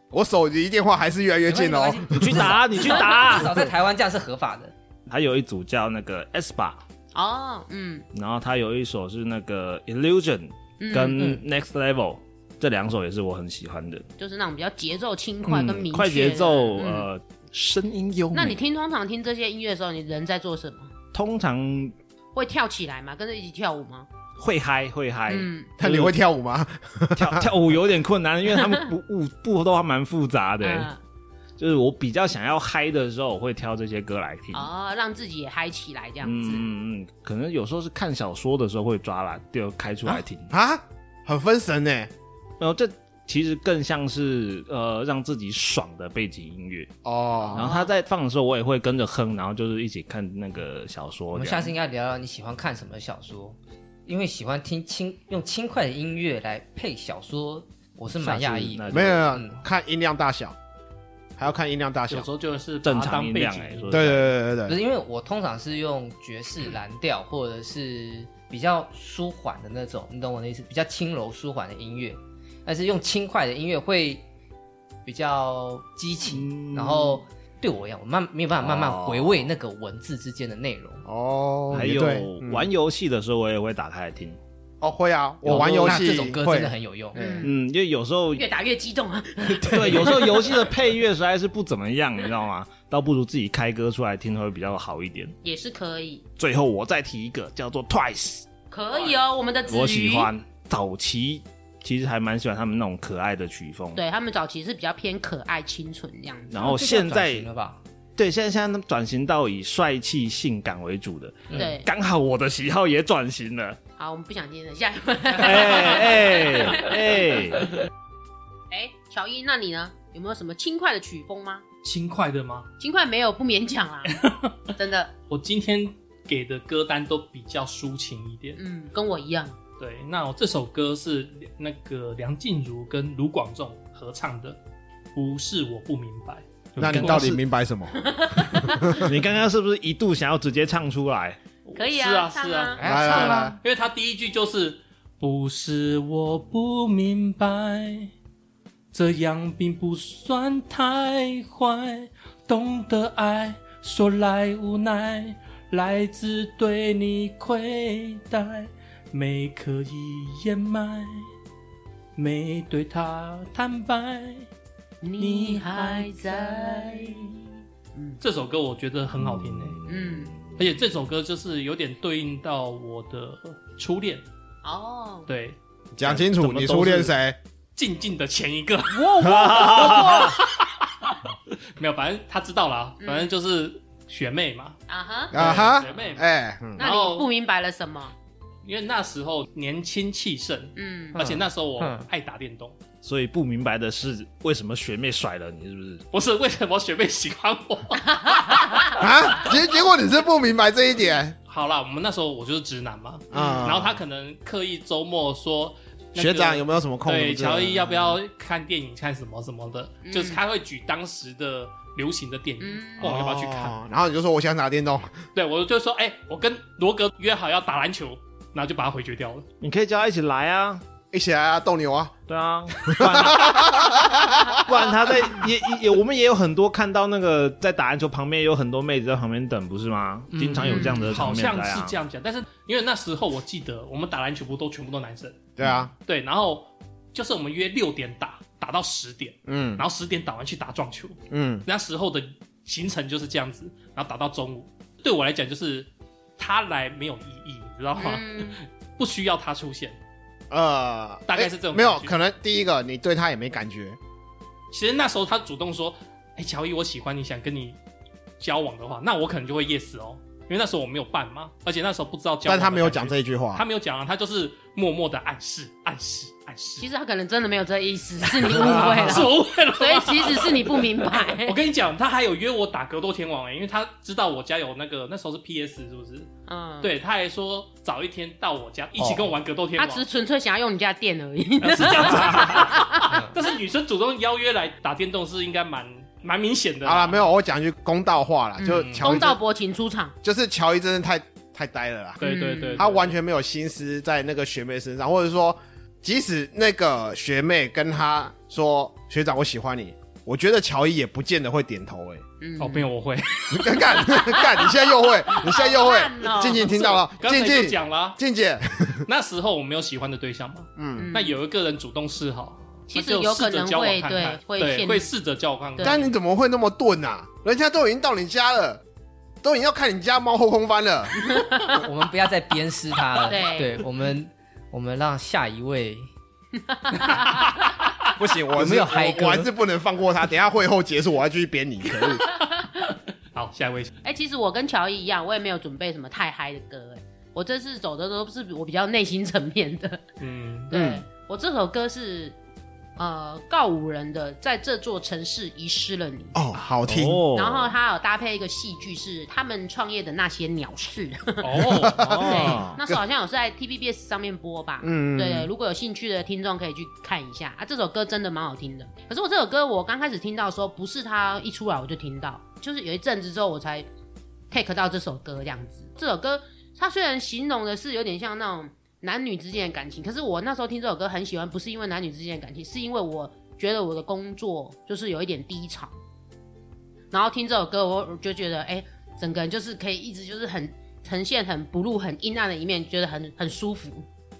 S3: 我手离电话还是越来越近哦。
S1: 你去打，你去
S4: 至
S1: 打。
S4: 少在台湾这样是合 法的。
S1: 还有一组叫那个 S 吧，
S5: 哦，嗯，
S1: 然后他有一首是那个 Illusion
S5: 嗯
S1: 跟 Next Level，这两首也是我很喜欢的，
S5: 就是那种比较节奏轻快跟明确的、
S1: 嗯快节奏，
S5: 嗯
S1: 呃，声音优美。
S5: 那你听通常听这些音乐的时候，你人在做什么？
S1: 通常
S5: 会跳起来吗？跟着一起跳舞吗？
S1: 会嗨会嗨，
S5: 嗯，
S3: 那你会跳舞吗？
S1: 跳 跳舞有点困难，因为他 们步步步都还蛮复杂的。
S5: 呃
S1: 就是我比较想要嗨的时候，我会挑这些歌来听。
S5: 哦，让自己也嗨起来这样子。
S1: 嗯嗯嗯，可能有时候是看小说的时候会抓啦，就开出来听。
S3: 啊，很分神呢。
S1: 然后这其实更像是呃让自己爽的背景音乐。
S3: 哦，
S1: 然后他在放的时候，我也会跟着哼，然后就是一起看那个小说。
S4: 我们下次应该聊聊你喜欢看什么小说，因为喜欢听轻用轻快的音乐来配小说，我是
S1: 这样
S4: 蛮
S1: 下
S4: 讶
S1: 次
S4: 异的。
S1: 那就
S3: 没有没有，没有
S4: 嗯
S3: 看音量大小，还要看音量大小
S2: 哎有。时候就是把
S1: 正
S2: 它
S1: 常
S2: 当
S1: 音
S2: 背
S1: 量
S2: 景
S1: 哎、
S2: 音
S1: 说
S3: 对
S1: 实在
S3: 对对对
S4: 不
S3: 对
S4: 是因为我通常是用爵士蓝调或者是比较舒缓的那种，你懂我的意思，比较轻柔舒缓的音乐，但是用轻快的音乐会比较激
S1: 嗯
S4: 情，然后对我一样，我慢没有办法慢慢回味那个文字之间的内容。
S3: 哦，
S1: 还
S3: 也
S1: 有
S3: 对嗯
S1: 玩游戏的时候，我也会打开来听。
S3: 哦会啊，我玩游
S4: 那
S3: 戏
S4: 这种歌
S3: 会
S4: 真的很有用。
S5: 嗯，
S1: 嗯，因为有时候
S5: 越打越激动啊！
S1: 对，有时候游戏的配乐实在是不怎么样，你知道吗？倒不如自己开歌出来听会比较好一点。
S5: 也是可以，
S1: 最后我再提一个叫做 Twice，
S5: 可以哦。我们的子瑜
S1: 我喜，欢早期，其实还蛮喜欢他们那种可爱的曲风。，
S5: 对他们早期是比较偏可爱、清纯这样子。
S1: 然后
S4: 这叫
S1: 现
S4: 转
S1: 在
S4: 型了吧？
S3: 嗯
S1: 对现在现在他们转型到以帅气性感为主的，
S4: 嗯
S5: 对，
S1: 刚好我的喜好也转型了。
S5: 好，我们不想听了，下一位。
S1: 哎哎哎，
S5: 哎，乔伊，那你呢？有没有什么轻快的曲风吗？
S2: 轻快的吗？
S5: 轻快没有，不勉强啦，真的。
S2: 我今天给的歌单都比较抒情一点。
S5: 嗯，跟我一样。
S2: 对，那我这首歌是那个梁静茹跟卢广仲合唱的，《不是我不明白》。
S3: 那你到底明白什么？
S1: 你刚刚是不是一度想要直接唱出来？
S5: 可以
S2: 是啊，
S5: 唱
S2: 是啊，
S4: 哎
S3: 来来
S4: 唱
S3: 来
S4: 啊，
S2: 因为他第一句就是“不是我不明白，这样并不算太坏，懂得爱说来无奈，来自对你亏待，没刻意掩埋，没对他坦白。”你还在。这首歌我觉得很好听诶、
S5: 嗯，
S2: 而且这首歌就是有点对应到我的初恋，
S5: 哦，
S2: 对，
S3: 讲清
S1: 怎
S3: 楚，
S1: 么都
S3: 你
S1: 是
S3: 初恋谁？
S2: 静静的前一个， 没有，反正他知道啦，
S5: 嗯
S2: 反正就是学妹嘛，
S5: 啊哈，
S3: 啊哈
S2: 学，妹嘛，
S3: 哎，嗯
S5: 那
S2: 然
S5: 你
S2: 后
S5: 不明白了什么？
S2: 因为那时候年轻气盛，
S5: 嗯，
S2: 而且那时候我
S4: 嗯
S2: 爱打电动，
S1: 所以不明白的是，为什么学妹甩了你？是不是？
S2: 不是为什么学妹喜欢 我？
S3: 啊，结结果你是不明白这一点
S2: 好啦，我们那时候我就是直男嘛，
S3: 啊。
S2: 然后他可能刻意周末说。那个
S3: 学长有没有什么空？
S2: 对，乔伊要不？要看电影、看什么什么的？
S5: 嗯
S2: 就是他会举当时的流行的电影，
S5: 嗯
S2: 问我要不要去看？
S3: 哦？然后你就说我想打电动，
S2: 对我就说，哎、我跟罗格约好要打篮球，然后就把他回绝掉了。
S1: 你可以叫她一起来啊。
S3: 一起来啊，斗牛啊，
S1: 对啊，不然 不然他在也也我们也有很多看到那个在打篮球旁边也有很多妹子在旁边等，不是吗？
S2: 嗯
S1: 经常有这样的场
S2: 好
S1: 面
S2: 像
S1: 在
S2: 是
S1: 啊
S2: 这。样讲，但是因为那时候我记得我们打篮球不都全部都男生，
S3: 对啊，
S2: 对，然后就是我们约六点打，打到十点，
S3: 嗯
S2: 然后十点打完去打撞球，
S3: 嗯
S2: 那时候的行程就是这样子，然后打到中午。对我来讲，就是他来没有意义，你知道吗？
S5: 嗯，
S2: 不需要他出现。
S3: 呃，
S2: 大概
S3: 诶
S2: 是这种
S3: 没有
S2: 感，觉
S3: 可能第一个你对他也没感觉，
S2: 其实那时候他主动说：“哎、乔伊，我喜欢你，想跟你交往的话，那我可能就会 yes 哦，因为那时候我没有办嘛，而且那时候不知道交往。”
S3: 但他没有讲，这一句话
S2: 他。没有讲啊，他就是默默的暗示、暗示、暗示。
S5: 其实他可能真的没有这意思，是你 误会了，
S2: 是我误会了吗，
S5: 所以其实是你不明
S2: 我
S5: 白。
S2: 跟你讲，他还有约我打格斗天王哎、因为他知道我家有那个那时候是 PS 是不是？
S5: 嗯，，
S2: 对，他还说早一天到我家一
S3: 哦
S2: 起跟我玩格斗天
S5: 他
S2: 王，呃
S5: 只是纯粹想要用你家店而已。
S2: 是这样子、 啊。但是女生主动邀约来打电动是应该蛮蛮明显的
S3: 好
S2: 啦
S3: 了，没有，我讲一句公道话啦，就
S2: 啊嗯
S3: 乔伊
S5: 公道
S3: 真，
S5: 薄情出场，
S3: 就是乔伊真的太太呆了啦。
S2: 对对对
S3: 他完全没有心思在那个学妹身上，或者说，即使那个学妹跟他说“学长，我喜欢你”，我觉得乔伊也不见得会点头、欸。
S5: 嗯，
S2: 哦，没有，我 会。
S3: 哎，干干，你现在 又会，你现在又会
S5: 好烂哦，
S3: 静静听到了，
S2: 刚才
S3: 静
S2: 就
S3: 静，
S2: 讲了啊，
S3: 静姐，
S2: 那时候我没有喜欢的对象嘛，
S3: 嗯，
S5: 嗯
S2: 那有一个人主动示好，
S5: 其实
S2: 那就
S5: 有可
S2: 试着
S5: 能
S2: 交往
S5: 会
S2: 看看
S5: 对会
S2: 对
S5: 陷
S2: 会试着交往看看。
S3: 但你怎么会那么钝啊？人家都已经到你家了，都已经要看你家猫后空翻了，
S4: 我们不要再鞭尸他了。
S5: 对
S4: 对，我们我们让下一位
S3: 不行，我
S4: 有
S3: 是
S4: 没有
S3: 我
S4: 嗨歌
S3: 我还是不能放过他。等一下会后结束，我要继续编 你，可恶！
S2: 好，下一位，
S5: 哎、其实我跟乔伊一样，我也没有准备什么太嗨的歌、哎，我这次走的都是我比较内心层面的。
S2: 嗯，
S5: 对、
S3: 嗯
S5: 我这首歌是呃告五人的《在这座城市遗失了你》。
S3: 哦，好听，
S1: 哦
S5: 然后他有搭配一个戏剧，是他们创业的那些鸟事。
S2: 哦，
S5: 对
S1: 哦，，
S5: 那时候好像有是在 TVBS 上面播吧。
S3: 嗯，
S5: 对，如果有兴趣的听众可以去看一下啊，这首歌真的蛮好听的。可是我这首歌我刚开始听到的时候，不是它一出来我就听到，就是有一阵子之后我才 take 到这首歌这样子。这首歌它虽然形容的是有点像那种男女之间的感情，可是我那时候听这首歌很喜欢，不是因为男女之间的感情，是因为我觉得我的工作就是有一点低潮，然后听这首歌我我就觉得哎、整个人就是可以一直就是很呈现很 blue 很阴暗的一面，觉得很很舒服。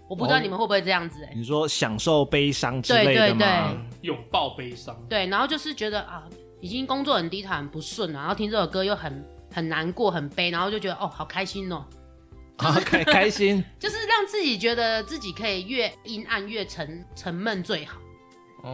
S5: 我不知道
S1: 哦
S5: 你们会不会这样子哎、
S1: 你说享受悲伤之
S5: 对
S1: 类
S5: 对
S1: 的吗？
S2: 嗯拥抱悲伤，
S5: 对，然后就是觉得啊，已经工作很低潮、很不顺了，然后听这首歌又很很难过、很悲，然后就觉得哦，好开心哦，
S1: 啊，开 开心，
S5: 就是让自己觉得自己可以越阴暗越沉沉闷最好。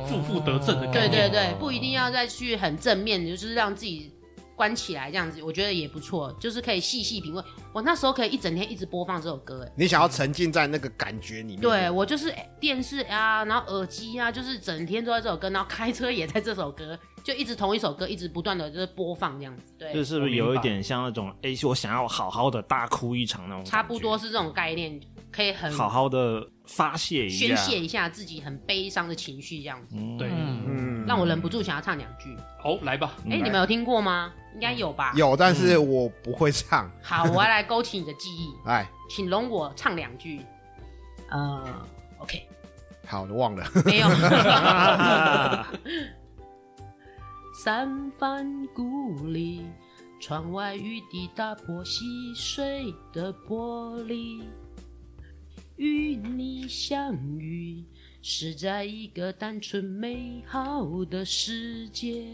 S2: 负负得正的概
S5: 对
S2: 念
S5: 对对，不一定要再去很正面，就是让自己关起来这样子，我觉得也不错，就是可以细细品味。我那时候可以一整天一直播放这首歌，哎。
S3: 你想要沉浸在那个感觉里面，
S5: 对我就是哎电视啊，然后耳机啊，就是整天都在这首歌，然后开车也在这首歌，就一直同一首歌，一直不断的就是播放这样子。对，
S1: 这是不是有一点像那种哎，我想要好好的大哭一场那种？
S5: 差不多，是这种概念，可以很
S1: 好好的发泄一下，
S5: 宣泄一下自己很悲伤的情绪，这样子、
S1: 嗯嗯
S2: 对，
S3: 嗯
S5: 让我忍不住想要唱两句。
S2: 好，来吧，
S5: 哎、你们有听过吗？应该有吧。。
S3: 有，但是
S4: 嗯
S3: 我不会唱。
S5: 好，我要来勾起你的记忆，
S3: 哎，
S5: 请容我唱两句。呃，OK，
S3: 好，我忘了。
S5: 没有。
S1: 啊
S5: 三番故里，窗外雨滴打破溪水的玻璃。与你相遇，是在一个单纯美好的世界。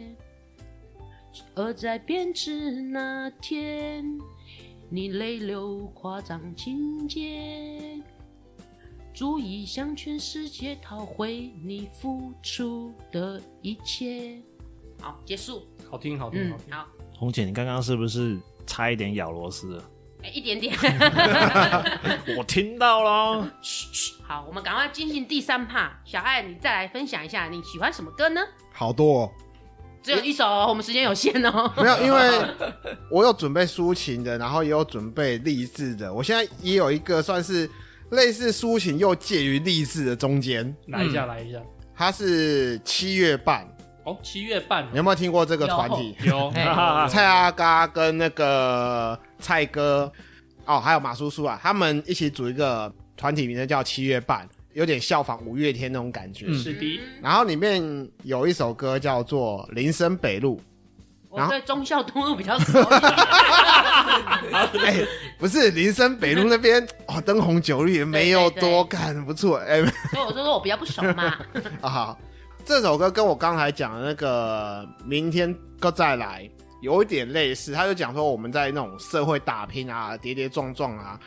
S5: 而在编织那天，你泪流夸张情节，足以向全世界讨回你付出的一切。好，结束。
S2: 好听，好听，
S5: 嗯
S2: 好，听。
S5: 好，
S1: 红姐，你刚刚是不是差一点咬螺丝了？
S5: 哎、一 点点。
S1: 我听到 了，
S5: 好，我们赶快进行第三趴。小爱，你再来分享一下你喜欢什么歌呢？
S3: 好多、哦、
S5: 只有一首哦，我们时间有限哦。
S3: 没有，因 为我有准备抒情的，然后也有准备励志的。我现在也有一个算是类似抒情又介于励志的中间，
S2: 来一下，
S5: 嗯
S2: 来一下。
S3: 它是七月半，
S2: 哦，七月半
S3: 你有没有听过这个团体？
S2: 有
S4: 嘿
S3: 啊蔡阿嘎跟那个蔡哥，哦，还有马叔叔啊，他们一起组一个团体，名字叫七月半。有点效仿五月天那种感觉。
S2: 嗯
S1: 是的，
S5: 嗯
S3: 然后里面有一首歌叫做《林森北路然
S5: 我
S3: 后
S5: 对忠孝东路比较熟一点，》，
S3: 哎、不是林森北路那边哦，灯红酒绿也没有
S5: 对对
S3: 多
S5: 对
S3: 干，不错哎、
S5: 所以我就说我比较不熟 嘛。
S3: 啊好，这首歌跟我刚才讲的那个《明天再来》有一点类似，他就讲说我们在那种社会打拼啊，跌跌撞撞啊，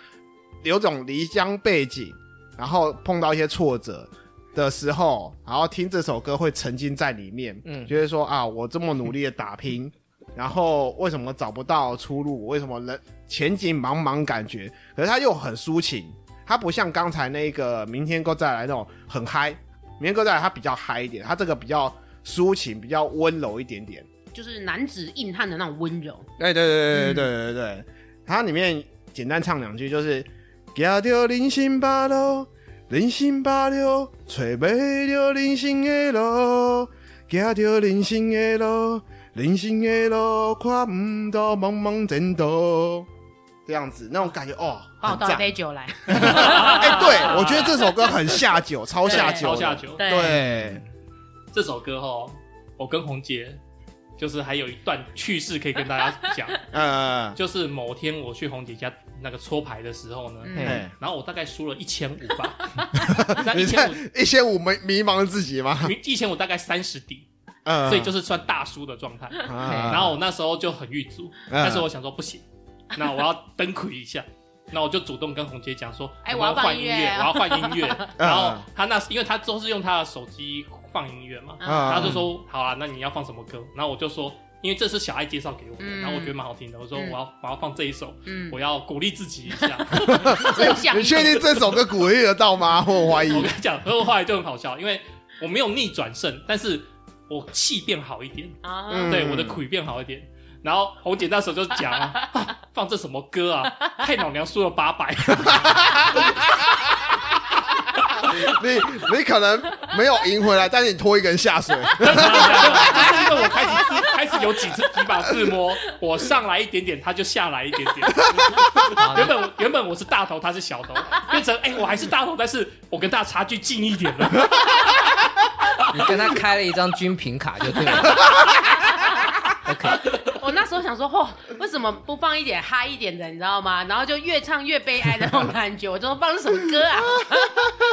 S3: 有种离乡背景，然后碰到一些挫折的时候，然后听这首歌会沉浸在里面，
S4: 嗯
S3: 觉得说啊，我这么努力的打拼，然后为什么找不到出路？为什么人前景茫茫感觉？可是他又很抒情，他不像刚才那个《明天够再来》那种很嗨，《明天够再来》他比较嗨一点，他这个比较抒情，比较温柔一点点。
S5: 就是男子硬汉的那种温柔，
S3: 哎
S2: 嗯
S3: 对对对对对对对对，它里面简单唱两句就是：行着人生八路，人生八路，找袂着人生的路，行着人生的路，人生的路看唔到茫茫前途。这样子，那种感觉哦，
S5: 帮我
S3: 很
S5: 倒一
S3: 赞。
S5: 杯酒来。
S3: 哎、对，我觉得这首歌很下 酒，超下酒
S2: 超
S3: 的，
S2: 下酒。
S5: 对，
S3: 对，啊
S2: 这首歌哦，我跟红杰就是还有一段趣事可以跟大家讲，
S3: 呃，
S2: 就是某天我去红姐家那个搓牌的时候呢，
S5: 嗯
S4: 嘿
S3: 哎、
S2: 然后我大概输了一千五吧，那
S3: 你
S2: 一千
S3: 看
S2: 五，
S3: 一些我们迷茫自己吗？
S2: 一千五大概三十底，
S3: 呃，
S2: 所以就是算大输的状态。
S3: 啊，
S2: 然后我那时候就很郁卒，但是我想说不行，那我要登魁一下。那我就主动跟红姐讲说，
S5: 哎
S2: 我们
S5: 我要
S2: 换
S5: 放
S2: 音
S5: 音
S2: 乐，
S5: 乐
S2: 我要换音 乐。然后
S3: 嗯
S2: 他那时，因为他都是用他的手机放音乐
S5: 嗯
S2: 嘛，
S3: 啊
S2: 他就说好啊，那你要放什么歌？然后我就说，因为这是小爱介绍给我的，
S5: 嗯
S2: 然后我觉得蛮好听的，我说
S5: 嗯
S2: 我要我要放这一首，
S5: 嗯，
S2: 我要鼓励自己一下。
S5: 正向
S3: 你
S5: 一
S3: 确
S5: 点
S3: 定这首歌鼓励得到吗？我怀
S2: 我
S3: 疑
S2: 跟。你讲，然后后来就很好笑，因为我没有逆转胜，但是我气变好一点，
S5: 啊？
S3: 嗯
S2: 对，我的苦变好一点。然后红姐那时候就讲啊，啊放这什么歌啊，太老娘输了八百，
S3: 你你可能没有赢回来，但是你拖一个人下水。
S2: 就是因为我开始自开始有几次几把自摸，我上来一点点，他就下来一点点。原本我原本我是大头，他是小头，变成哎、我还是大头，但是我跟大家差距近一点了。
S4: 你跟他开了一张军品卡就对了。OK，
S5: 我那时候想说，嚯、为什么不放一点嗨一点的，你知道吗？然后就越唱越悲哀的那种感觉。我就说放的什么歌啊？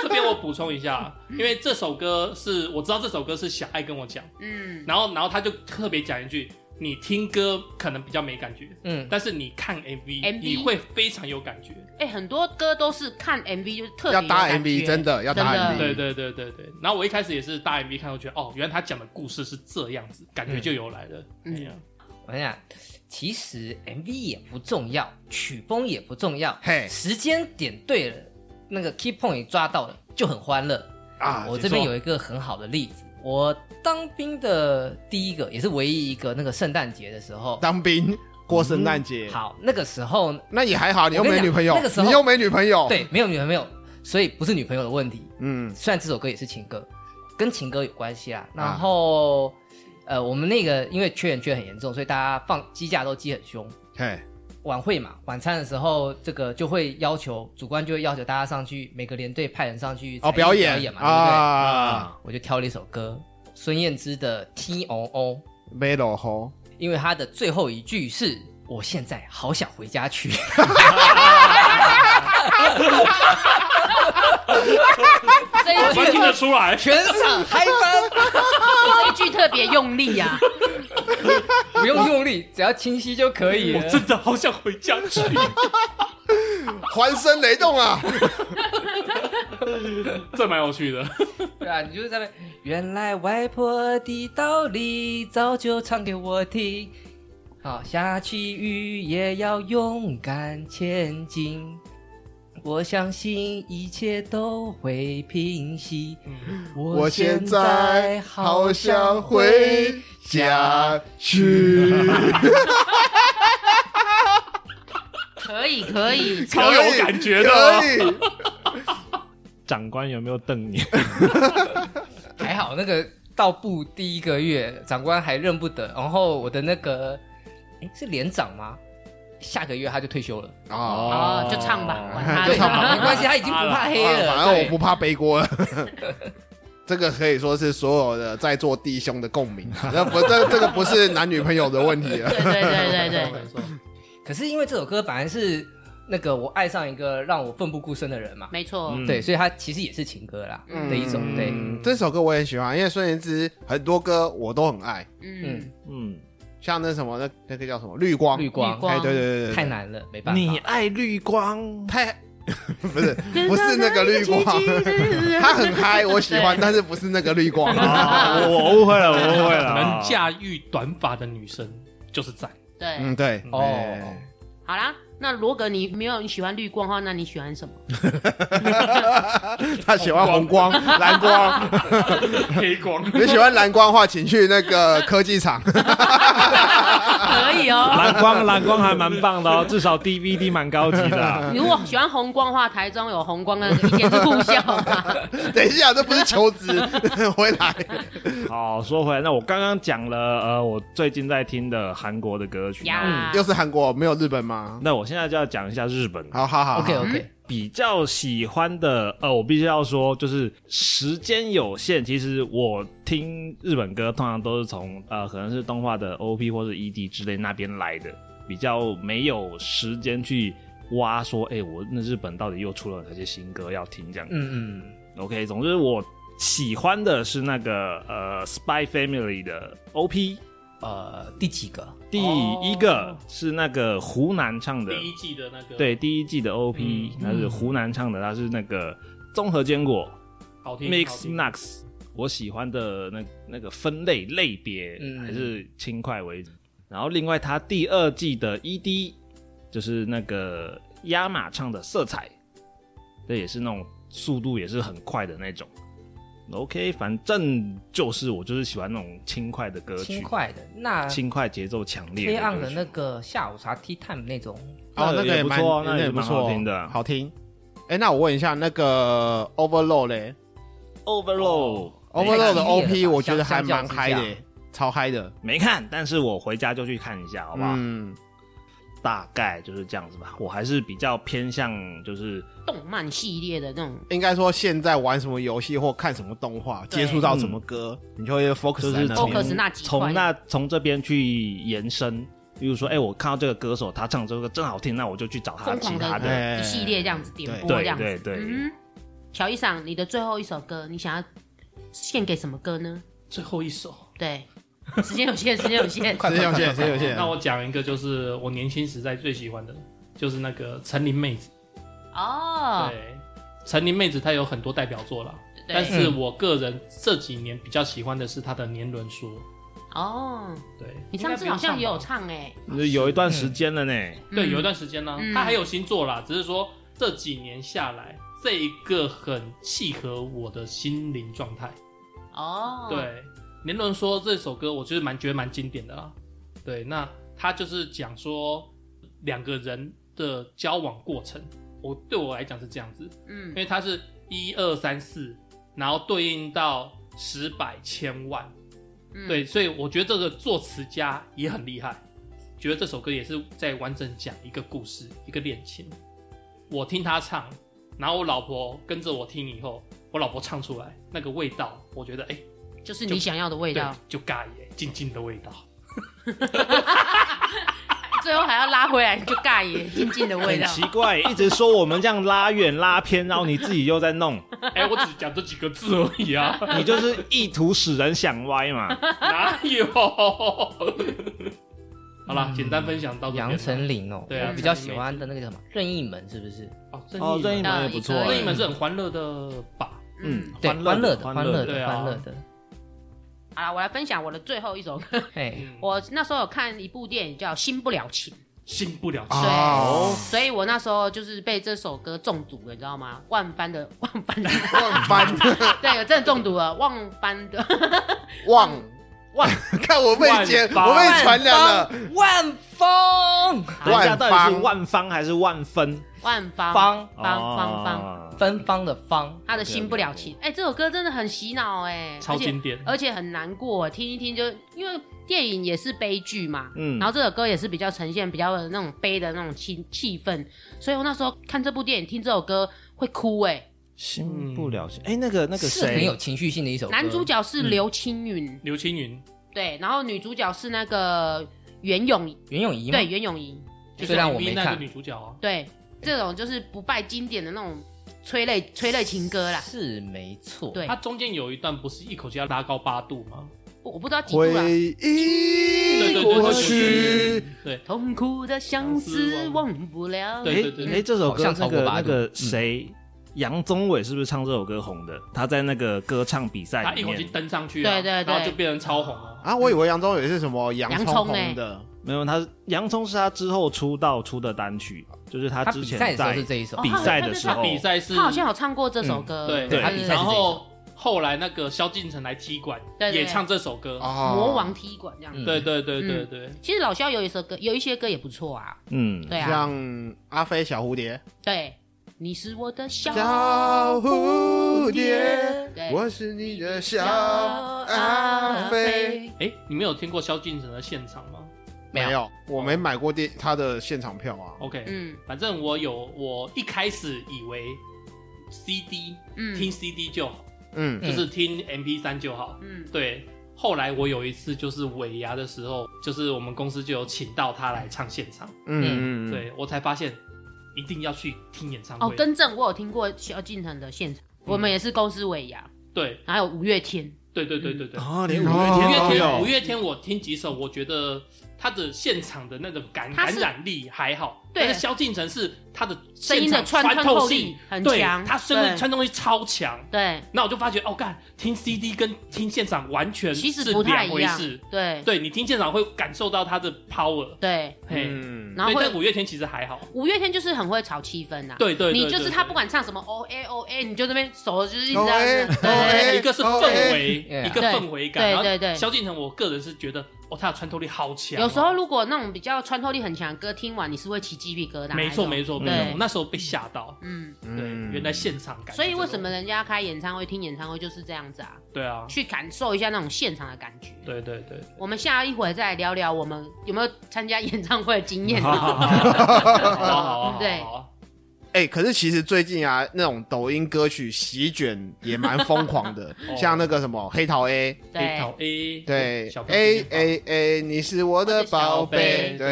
S2: 这边我补充一下，因为这首歌是我知道这首歌是小爱跟我讲，
S5: 嗯，
S2: 然后然后他就特别讲一句，你听歌可能比较没感觉，
S4: 嗯，
S2: 但是你看 MV，,
S5: MV
S2: 你会非常有感觉。
S5: 哎、很多歌都是看 MV 就是特别
S3: 要
S5: 有
S3: 搭
S5: 感
S3: MV，
S5: 觉
S3: 真的要搭
S5: 真的
S1: 嗯
S3: MV。
S2: 对对对对对。然后我一开始也是大 MV 看，我觉得哦，原来他讲的故事是这样子，感觉就有来了。
S5: 嗯
S2: 哎呀
S4: 我跟你讲，其实 MV 也不重要，曲风也不重要，
S3: 嘿
S4: 时间点对了，那个 key point 也抓到了，就很欢乐。
S3: 啊，
S4: 我这边
S2: 请
S4: 有一个很好的例子，我当兵的第一个，也是唯一一个，那个圣诞节的时候，
S3: 当兵过圣诞节，
S4: 好，那个时候
S3: 那也还好，你又
S4: 我
S3: 没
S4: 跟你
S3: 女
S4: 讲
S3: 朋友
S4: 那个时，候
S3: 你又没女朋友。，
S4: 对，没有女朋友，所以不是女朋友的问题。
S3: 嗯
S4: 虽然这首歌也是情歌，跟情歌有关系
S3: 啊
S4: 啦。然后，呃，我们那个因为缺人缺很严重，所以大家放鸡架都鸡很凶。
S3: 嘿，
S4: 晚会嘛，晚餐的时候，这个就会要求主观就会要求大家上去，每个连队派人上去
S3: 哦，
S4: 才艺
S3: 表
S4: 演
S3: 演
S4: 嘛，对不对？
S3: 啊，
S4: 我就挑了一首歌，孙燕姿的《T O O
S3: 没落后，》，
S4: 因为她的最后一句是“我现在好想回 家去”，
S5: 这
S2: 我
S5: 一
S2: 们
S5: 句
S2: 听得出来，
S4: 全场嗨翻，
S5: 这一句特别用力啊呀、
S4: 不用用力，只要清晰就可
S1: 嗯
S4: 以了
S2: 我。真的好想回家去。
S3: 欢声雷动啊！
S2: 这蛮有趣的，
S4: 对啊，你就是在那边。原来外婆的道理早就唱给我听。好，下起雨也要勇敢前进。我相信一切都会平息。
S3: 嗯我现在好想回家去。
S5: 可以可以，
S2: 超有感觉的哦
S3: 可。以，
S1: 长官有没有瞪你？
S4: 还好那个到部第一个月，长官还认不得。然后我的那个，诶是连长吗？下个月他就退休了，
S3: 啊
S5: 哦，就 唱吧，管他
S3: 就
S5: 的，
S4: 对，
S3: 唱吧
S4: 没关系，他已经不怕黑
S3: 啊
S4: 了，
S3: 反正我
S4: 对
S3: 不怕背锅了。 这个可以说是所有的在座弟兄的共鸣，那不这这个不是男女朋友的问题了。
S5: 对对
S2: 没
S5: 对对
S2: 错
S5: 对，
S2: 没 错，
S4: 可是因为这首歌本来是那个我爱上一个让我奋不顾身的人嘛，
S5: 没错，
S1: 嗯
S4: 对，所以它其实也是情歌啦
S5: 嗯
S4: 的一种，对，
S1: 嗯
S3: 这首歌我也喜欢，因为孙燕姿很多歌我都很爱，
S5: 嗯，
S1: 嗯，
S3: 像那什么那那个叫什么绿光，
S4: 绿光
S3: 哎，对对对对，
S4: 太难了，没办
S1: 你
S4: 法。
S1: 爱绿 光，
S3: 太不是嗯不是那个绿光，他很嗨，我喜欢，
S5: 对
S3: 但是不是那个绿光。
S4: 哦
S1: 啊我我误会了，我误会了，
S2: 能驾驭短发的女生就是 在。
S5: 对，
S3: 嗯，对，
S4: 哦
S3: 哎
S5: 好啦，那罗格你没有你喜欢绿光的话，那你喜 欢什么？
S3: 他喜欢红光、蓝光。
S2: 黑光，
S3: 你喜欢蓝光的话，请去那个科技厂。
S5: 可以哦。
S1: 蓝光蓝光还蛮棒 的哦，至少 DVD 蛮高级的啊。
S5: 如果喜欢红光的话，台中有红光的一天是互相 嘛。
S3: 等一下，这不是求职， 回来。
S1: 好，说回来，那我刚刚讲了，呃，我最近在听的韩国的歌曲嘛。
S5: 呀
S3: 又是韩国，没有日本吗？
S1: 那我现在就要讲一下日本
S3: 好好好
S4: OK OK，
S1: 比较喜欢的，呃，我必须要说，就是时间有限。其实我听日本歌通常都是从呃，可能是动画的 OP 或是 ED 之类那边来的，比较没有时间去挖说，哎、我那日本到底又出了哪些新歌要听这样。
S4: 嗯嗯，
S1: OK，总之我喜欢的是那个呃，Spy Family 的 OP，
S4: 呃，第几个？
S1: 第一个是那个湖南唱的，
S2: 第一季的那个
S1: 对，第一季的 OP，
S2: 嗯
S1: 那、是湖南唱的，它是那个综合坚果
S2: 好
S4: 嗯
S2: 听
S1: Mix
S2: 那
S1: Nuts，我喜欢的那那个分类类别、
S4: 嗯
S1: 还是轻快为主。然后另外它第二季的 ED 就是那个亚马唱的色彩，这也是那种速度也是很快的那种。OK，反正就是我就是喜欢那种轻快的歌曲，
S4: 轻快啊的那
S1: 轻快节奏强烈
S4: 黑
S1: 的
S4: 暗
S1: 歌
S4: 的
S1: 曲
S4: 那个下午茶 tea time 那种，
S1: 那
S3: 哦，那
S1: 个
S3: 个
S1: 也不
S3: 蛮，
S1: 错那
S3: 那
S1: 也
S3: 也
S1: 蛮
S3: 不
S1: 好
S3: 错，
S1: 听的
S3: 好听。哎，那我问一下，那个 Overload 嘞
S4: 哦
S1: Overload。
S3: ，Overload 的
S4: 太激
S3: OP
S4: 烈了吧
S3: 我觉得还蛮嗨的
S4: 相较之
S3: 耶，超嗨的，
S1: 没看，但是我回家就去看一下，好不好？
S3: 嗯，
S1: 大概就是这样子吧。我还是比较偏向就是
S5: 动漫系列的那种，
S3: 应该说现在玩什么游戏或看什么动画，
S5: 对
S3: 接触到什么歌，你就会 focus
S1: 就
S3: 在
S1: 是
S3: 那
S1: 从
S3: 边。
S5: focus 哦那几块
S1: 从那从这边去延伸，比如说，哎、我看到这个歌手他唱这个歌真好听，那我就去找他
S5: 疯
S1: 其
S5: 狂
S1: 他的。
S5: 的一系列这样子点播
S1: 对
S5: 这样
S1: 对
S5: 子。
S1: 对
S5: 嗯哼，乔伊桑，你的最后一首歌，你想要献给什么歌呢？
S2: 最后一首。
S5: 对， 时间有限，时间 有限，
S3: 谁有线？谁有线？
S2: 那我讲一个，就是我年轻时代最喜欢的，就是那个陈琳妹子。
S5: 哦，
S2: 对，陈琳妹子她有很多代表作啦，但
S5: 对，
S2: 是我个人这几年比较喜欢的是她的年轮说。
S5: 哦，
S2: 对，
S5: 你上次好像也有唱哎，
S1: 就是有一段时间了呢，
S2: 应该不用上吧。对，
S5: 嗯
S2: 有一段时间呢、
S5: 嗯
S2: 她还有新作啦，只是说这几年下来，这一个很契合我的心灵状态。
S5: 哦，，
S2: 对，年轮说这首歌，我就是蛮觉得蛮经典的啦。对，那他就是讲说两个人的交往过程，我对我来讲是这样子，因
S5: 嗯，
S2: 为它是一二三四，然后对应到十百千万，
S5: 嗯
S2: 对，，所以我觉得这个作词家也很厉害，觉得这首歌也是在完整讲一个故事，一个恋情。我听他唱，然后我老婆跟着我听以后，我老婆唱出来那个味道，我觉得哎。
S5: 就是你想要的味
S2: 对
S5: 道，，
S2: 就尬耶，静静的味 道。
S5: 最后还要拉回来，就尬耶，静静的味
S1: 很
S5: 道。
S1: 奇怪，一直说我们这样拉远拉偏，然后你自己又在 弄，
S2: 哎、我只讲这几个字而已啊，
S1: 你就是意图使人想歪 嘛。
S2: 哪有？ 好
S5: 嗯
S2: 啦，简单分享到这边啦
S4: 杨丞琳哦，
S2: 对啊
S4: 我比较喜欢的那个叫什么任意门是不是？
S2: 哦，任
S1: 哦，任
S2: 意
S1: 意
S2: 门，
S1: 门也不错、
S5: 嗯
S2: 任意门是很欢乐的吧？
S1: 嗯，
S4: 对，欢乐
S1: 乐
S4: 的，
S1: 欢
S4: 欢乐
S2: 对
S4: 的，
S2: 啊
S4: 欢乐的，
S5: 好了，我来分享我的最后一首歌。
S4: 哎，
S2: 嗯，
S5: 我那时候有看一部电影叫《新不了情》，
S2: 信不了。
S5: 对，
S3: 哦
S5: 所以我那时候就是被这首歌中毒了，你知道吗？万般的万般的，
S3: 忘翻
S5: 对，我真的中毒了，万般的
S3: 忘
S1: 万
S3: 看我被接，
S2: 万方
S3: 我被传染了。
S4: 万峰
S1: 人家到
S3: 万
S1: 底是
S3: 方
S1: 万方还是万分？
S5: 万方
S4: 方
S5: 方方方，
S1: 哦
S4: 芬芳的芳，
S5: 他的心不了情。哎，这首歌真的很洗脑哎，
S2: 超经典
S5: 而且，而且很难过，听一听就因为电影也是悲剧嘛，
S1: 嗯
S5: 然后这首歌也是比较呈现比较那种悲的那种气气氛，所以我那时候看这部电影听这首歌会哭哎。
S1: 心不了情。哎，那个那个
S4: 是很
S1: 谁
S4: 有，情绪性的一首歌。
S5: 男主角是刘青云，
S2: 刘青云
S5: 对，然后女主角是那个袁咏仪，
S4: 袁咏仪吗
S5: 对，袁咏仪，
S4: 虽然我没
S2: MV 那个
S4: 看
S2: 女主角啊，
S5: 对，这种就是不败经典的那种催泪催泪情歌啦。
S4: 是没错。
S5: 对
S2: 它中间有一段不是一口气要拉高八度吗？
S5: 我我不知道几度啦。
S3: 回忆过去，
S2: 对
S5: 痛苦的相思忘不了。
S2: 对对对
S1: 哎哎，这首
S4: 好
S1: 歌
S4: 像
S1: 那
S4: 超过
S1: 个
S4: 八
S1: 那
S4: 度
S1: 个
S4: 嗯
S1: 谁，杨宗纬是不是唱这首歌红的？他在那个歌唱比赛
S2: 他
S1: 里
S2: 一口气
S1: 面，
S2: 登上去啊，
S5: 对对对
S2: 然后就变成超红了。
S3: 啊！我以为杨宗纬是什么洋
S5: 洋
S3: 葱
S5: 葱
S3: 红
S5: 欸
S3: 的，
S1: 没有，他洋葱是他之后出道出的单曲，就是他
S4: 他
S1: 之
S4: 比
S1: 前
S4: 赛的时候
S1: 在
S4: 是这一首
S5: 哦，
S1: 比赛的时
S5: 他
S1: 候，
S2: 比赛是嗯
S5: 他好像有唱过这首歌，
S2: 对
S4: 对他比赛是这一首
S2: 然后后来那个萧敬腾来踢馆
S5: 对对
S2: 也唱这首歌，
S3: 哦，
S5: 魔王踢馆这样。
S4: 嗯
S2: 对嗯对对对对，
S5: 其实老萧有一首歌，有一些歌也不错啊。
S1: 嗯，
S5: 对啊，
S3: 像阿飞小蝴蝶，
S5: 对，你是我的小欸
S3: 小蝴蝶，
S5: 对
S3: 我是你的小阿飞。，
S2: 哎，你们有听过萧敬腾的现场吗
S4: 没有
S3: 没有，我没买过电他的现场票啊。
S2: ？OK，
S5: 嗯
S2: 反正我有，我一开始以为 CD
S5: 嗯，
S2: 听 CD 就好，
S3: 嗯，
S2: 就是听 MP 3就好，
S5: 嗯
S2: 对。后来我有一次就是尾牙的时候，就是我们公司就有请到他来唱现场，
S3: 嗯嗯，
S2: 对我才发现一定要去听演唱
S5: 哦，
S2: 会。
S5: 更正，我有听过萧敬腾的现场，我们也是公司尾牙，
S2: 对
S5: 还有五月天，
S2: 对对对对对，
S1: 啊，连五
S3: 哦
S1: 月
S2: 五
S1: 天
S2: 月
S1: 都
S2: 天，
S1: 有
S2: 五月天，我听几首，我觉得他的现场的那种感
S5: 他
S2: 感
S5: 是
S2: 染力还好，
S5: 对
S2: 但是萧敬腾是他的
S5: 声音的
S2: 现场
S5: 穿
S2: 穿
S5: 透
S2: 性
S5: 力很
S2: 对
S5: 强
S2: 他声音
S5: 对
S2: 穿透力超强。
S5: 对，
S2: 那我就发觉，哦，干，听 CD 跟听现场完全
S5: 其
S2: 是
S5: 实不太
S2: 两
S5: 一
S2: 回
S5: 样
S2: 事，。
S5: 对
S2: 对你听现场会感受到他的 power，
S5: 对，
S2: 嘿，
S3: 嗯
S5: 然后
S2: 对，
S5: 会
S2: 但五月天其实还好，
S5: 五月天就是很会炒气氛呐，
S2: 对对，对
S5: 你就是
S2: 对
S5: 他
S2: 对
S5: 不管唱什么 O A O A，你就那边手就是一直
S3: O
S5: 在
S3: A
S5: 那
S3: O
S5: 对
S3: A
S2: 一个是氛围，
S3: 哦
S4: 哎
S2: 一个
S5: 对
S2: 氛围感。
S5: 对对
S2: 然
S5: 对
S2: 后萧敬腾，我个人是觉得，哦，他的穿透力好强哦。
S5: 有时候如果那种比较穿透力很强的歌，听完你是会起鸡皮疙瘩那种。
S2: 没错没错没
S5: 对
S2: 错，我那时候被吓到。
S5: 嗯，
S2: 对，原来现场感。
S5: 所以为什么？人家开演唱会、听演唱会就是这样子啊？
S2: 对啊，
S5: 去感受一下那种现场的感觉。
S2: 对对对，
S5: 我们下一回再来聊聊我们有没有参加演唱会的经验
S2: 好
S5: 哦。
S2: 好好好好好，
S5: 对
S2: 好
S3: 哎、可是其实最近啊，那种抖音歌曲席卷也蛮疯狂的
S2: 哦，
S3: 像那个什么黑桃 A，
S2: 黑
S5: 对
S2: 桃 A，
S3: 对
S2: 小朋友
S3: ，A
S2: 今天
S3: A A，你是我的宝
S2: 我的小贝
S3: 贝，对，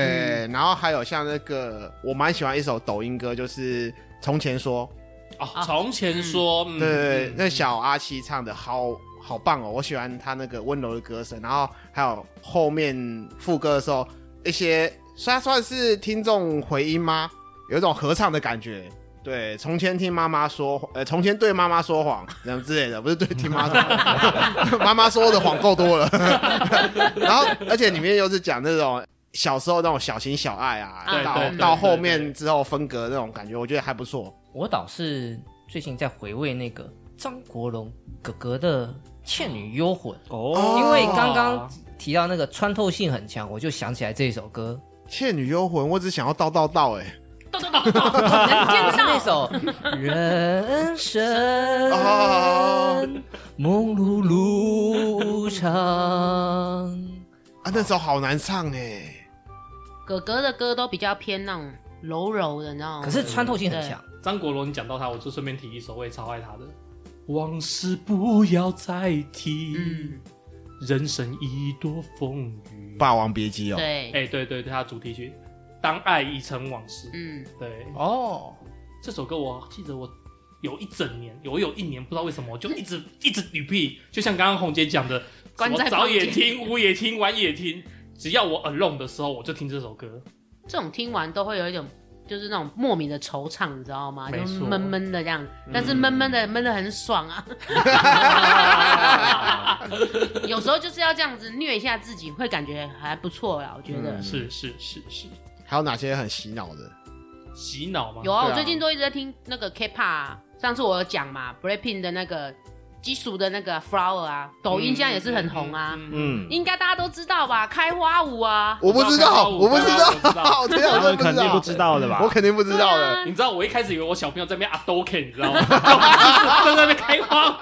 S3: 然后还有像那个我蛮喜欢一首抖音歌，就是。从前说，
S2: 放哦，从前说，嗯
S3: 对对对
S2: 嗯，
S3: 那小阿七唱的好好棒哦，我喜欢他那个温柔的歌声，然后还有后面副歌的时候，一些算算是听众回音吗？有一种合唱的感觉。对，从前听妈妈说，呃，从前对妈妈说谎，这样之类的，不是对听妈 妈说，妈妈说的谎够多了。 然后，而且里面又是讲那种小时候那种小情小爱啊，
S5: 对对对
S3: 到到
S2: 对
S3: 后
S2: 对
S3: 面之后分隔那种感觉，我觉得还不错。
S4: 我倒是最近在回味那个张国荣哥哥的《倩女幽魂》，
S1: 哦，
S4: 因为刚刚提到那个穿透性很强，我就想起来这一首歌，
S3: 《倩女幽魂》，我只想要道道道哎、
S5: 能
S4: 就
S5: 见
S4: 是
S5: 到
S4: 那首人
S3: 哦
S4: 生梦如路长。
S3: 啊，那时候好难唱哎、
S5: 哥哥的歌都比较偏那种柔柔的，你知道吗？
S4: 可是穿透性很强，
S2: 张国荣，你讲到他，我就顺便提一首，我也超爱他的。往事不要再提，
S5: 嗯，
S2: 人生已多风雨。
S3: 《霸王别姬》哦，
S5: 对，
S2: 哎，对对对，他的主题曲《当爱已成往事》。
S5: 嗯，
S2: 对，
S4: 哦，
S2: 这首歌我记得我有一整年，有有一年不知道为什么我就一直一直 repeat，就像刚刚红姐讲的，什
S5: 关
S2: 么
S5: 在
S2: 早
S5: 房
S2: 也
S5: 间
S2: 听，午也听，晚也听，只要我 alone 的时候，我就听这首歌。
S5: 这种听完都会有一种就是那种莫名的惆怅，你知道吗？
S2: 没
S5: 就
S2: 错
S5: 闷闷的这样，但是闷闷的闷的很爽啊。 有时候就是要这样子虐一下自己，会感觉还不错啦，我觉得。
S3: 嗯
S2: 是是是是，
S3: 还有哪些很洗脑的？
S2: 洗脑吗？
S5: 有啊，
S3: 对啊
S5: 我最近都一直在听那个 K-pop，、啊、上次我有讲嘛，Blackpink 的那个。基础的那个 flower 啊，抖音现在也是很红啊，
S1: 嗯，
S5: 应该大家都知道吧？开花舞啊，
S3: 我不知道，我
S2: 我
S3: 不
S2: 不
S3: 知
S2: 知道我不知
S3: 道，啊
S2: 道
S3: 我这
S1: 他
S3: 样
S1: 们
S3: 都
S1: 肯定不知道的吧？
S3: 我肯定不知道的。
S5: 对啊
S2: 你知道我一开始以为我小朋友在那边阿都 K，你知道吗？就在那边开花舞，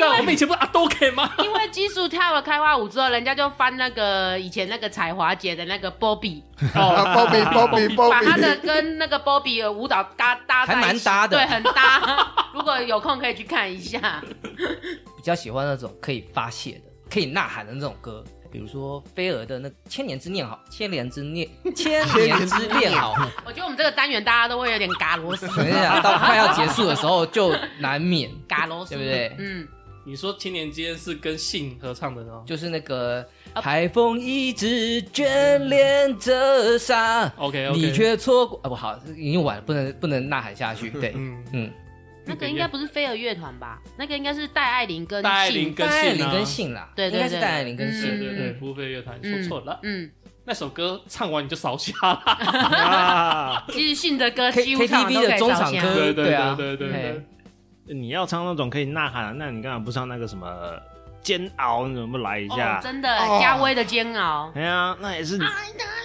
S2: 但我们以前不是阿都 K 吗？
S5: 因为基础跳了开花舞之后，人家就翻那个以前那个彩华姐的那个 Bobby，
S3: 啊，Bobby Bobby
S5: 把他的
S3: Bobby，
S5: 跟那个 Bobby 的舞蹈搭搭在一起
S4: 还蛮搭的
S5: 对，很搭。如果有空可以去看一下。
S4: 比较喜欢那种可以发泄的、可以呐喊的那种歌，比如说飞儿的那《千年之恋》 好，《千年之恋》《千年之恋》 好，
S5: 我觉得我们这个单元大家都会有点嘎螺丝，
S4: 等一下到快要结束的时候就难免，
S5: 嘎螺丝，
S4: 对不对
S5: 嗯，
S2: 你说《千年之恋》是跟信合唱的呢
S4: 就是那个海风一直眷恋着沙。
S2: ？OK
S4: 你
S2: OK，
S4: 却错过啊！不好，已经晚了，不能不能呐喊下去。对，
S2: 嗯，
S4: 嗯，
S5: 那个应该不是飞儿乐团吧？那个应该是戴爱玲跟
S2: 戴爱玲
S5: 信
S2: 跟
S4: 戴爱
S2: 信
S4: 玲
S2: 啊，
S4: 跟信啦，
S5: 对对对
S4: 应该是戴爱玲跟信。
S2: 对对对，
S4: 嗯
S2: 付费乐团
S5: 嗯
S2: 说错了，
S5: 嗯，
S2: 那首歌唱完你就烧瞎了。
S1: 啊，
S5: 其实信的歌
S4: K
S5: 几乎唱
S4: KTV 的中场
S5: 都可以照相
S2: 对
S4: 歌对啊
S2: 对对对对
S4: 嘿，
S1: 你要唱那种可以呐喊，啊那你干嘛不唱那个什么煎熬？你怎么不来一
S5: 哦
S1: 下，？
S5: 真的
S3: 哦，
S5: 加威的煎熬，
S1: 哎呀，那也是你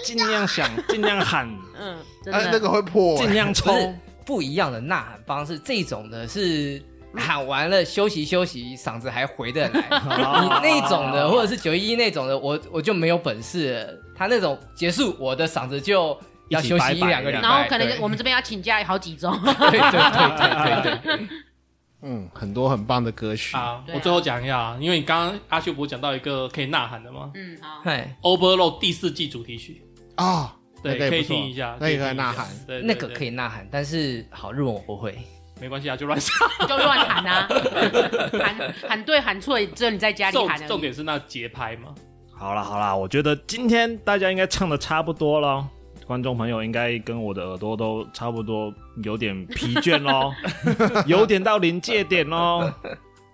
S1: 尽量想，尽量喊，
S5: 嗯，真
S3: 哎，那
S5: 的，
S3: 个会破
S1: 尽
S3: 欸，
S1: 量
S4: 不
S1: 抽。
S4: 是不一样的呐喊方式，这种的是
S5: 嗯
S4: 喊完了休息休息，嗓子还回 得来。你那种
S5: 哦
S4: 的，或者是九一一那种的，我我就没有本事了。他那种结束，我的嗓子就要休息一两个礼拜。
S5: 然后可能
S4: 对
S5: 就我们这边要请假好几周。
S4: 对对对对对 对，
S3: 嗯，很多很棒的歌曲。
S2: 啊，
S5: 对啊
S2: 我最后讲一下，因为你刚刚阿修不是讲到一个可以呐喊的吗
S5: 嗯，好，
S4: 嗨，
S2: ？Overload 第四季主题曲，
S3: 啊，
S2: 对，
S3: 那个
S2: 可
S3: 也
S2: 以
S3: 不错
S2: 听一下，
S3: 那也可以
S2: 听一下
S3: 呐喊，
S2: 对，
S4: 那个可
S2: 以，
S4: 以呐喊，但是好日文我不会。
S2: 没关系啊，就乱唱。
S5: 就乱喊啊，喊喊对喊错，只有你在家里
S2: 重
S5: 喊而已。
S2: 重点是那节拍嘛，
S1: 好啦好啦，我觉得今天大家应该唱的差不多了，观众朋友应该跟我的耳朵都差不多有点疲倦 喽，有点到临界点喽。。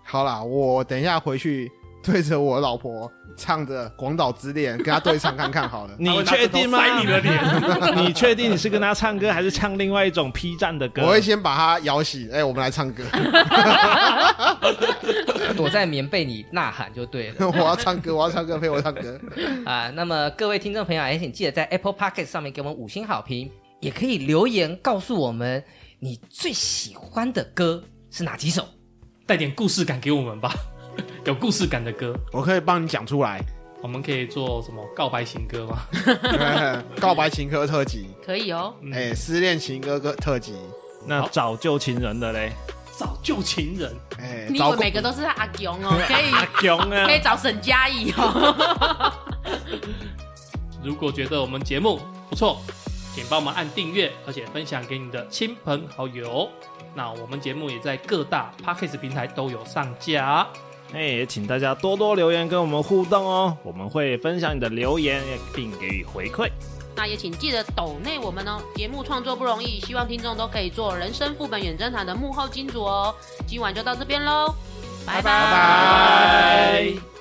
S3: 好啦，我等一下回去对着我老婆唱着《广岛之恋》，跟她对唱看看 好了
S1: 你确定吗
S2: 他会？拿指头塞你的脸，
S1: 你确定你是跟他唱歌，还是唱另外一种 P 站的歌？
S3: 我会先把她摇醒，哎、我们来唱歌，
S4: 躲在棉被里呐喊就对了
S3: 我要唱歌，我要唱歌，陪我唱歌。
S4: 啊。那么各位听众朋友，也请记得在 Apple Podcast 上面给我们五星好评，也可以留言告诉我们你最喜欢的歌是哪几首。
S2: 带点故事感给我们吧， 有故事感的歌，
S3: 我可以帮你讲出来，
S2: 我们可以做什么告白情歌吗？
S3: 告白情歌特辑，
S5: 可以哦，
S2: 嗯
S3: 哎、失恋情歌歌特辑，
S1: 那早就情人的嘞，
S2: 早就情人，
S3: 哎、
S5: 你以
S3: 找
S5: 为每个都是阿勇哦，可
S1: 阿
S5: 以
S1: 强啊
S5: 可，以找沈佳宜哦。
S2: 如果觉得我们节目不错，请帮忙按订阅，而且分享给你的亲朋好友。那我们节目也在各大 podcast 平台都有上架。
S1: 哎，也请大家多多留言跟我们互动哦，我们会分享你的留言，并给予回馈。
S5: 那也请记得抖内我们哦，节目创作不容易，希望听众都可以做人生副本远征团的幕后金主哦。今晚就到这边喽，拜拜
S2: 哎
S3: 拜。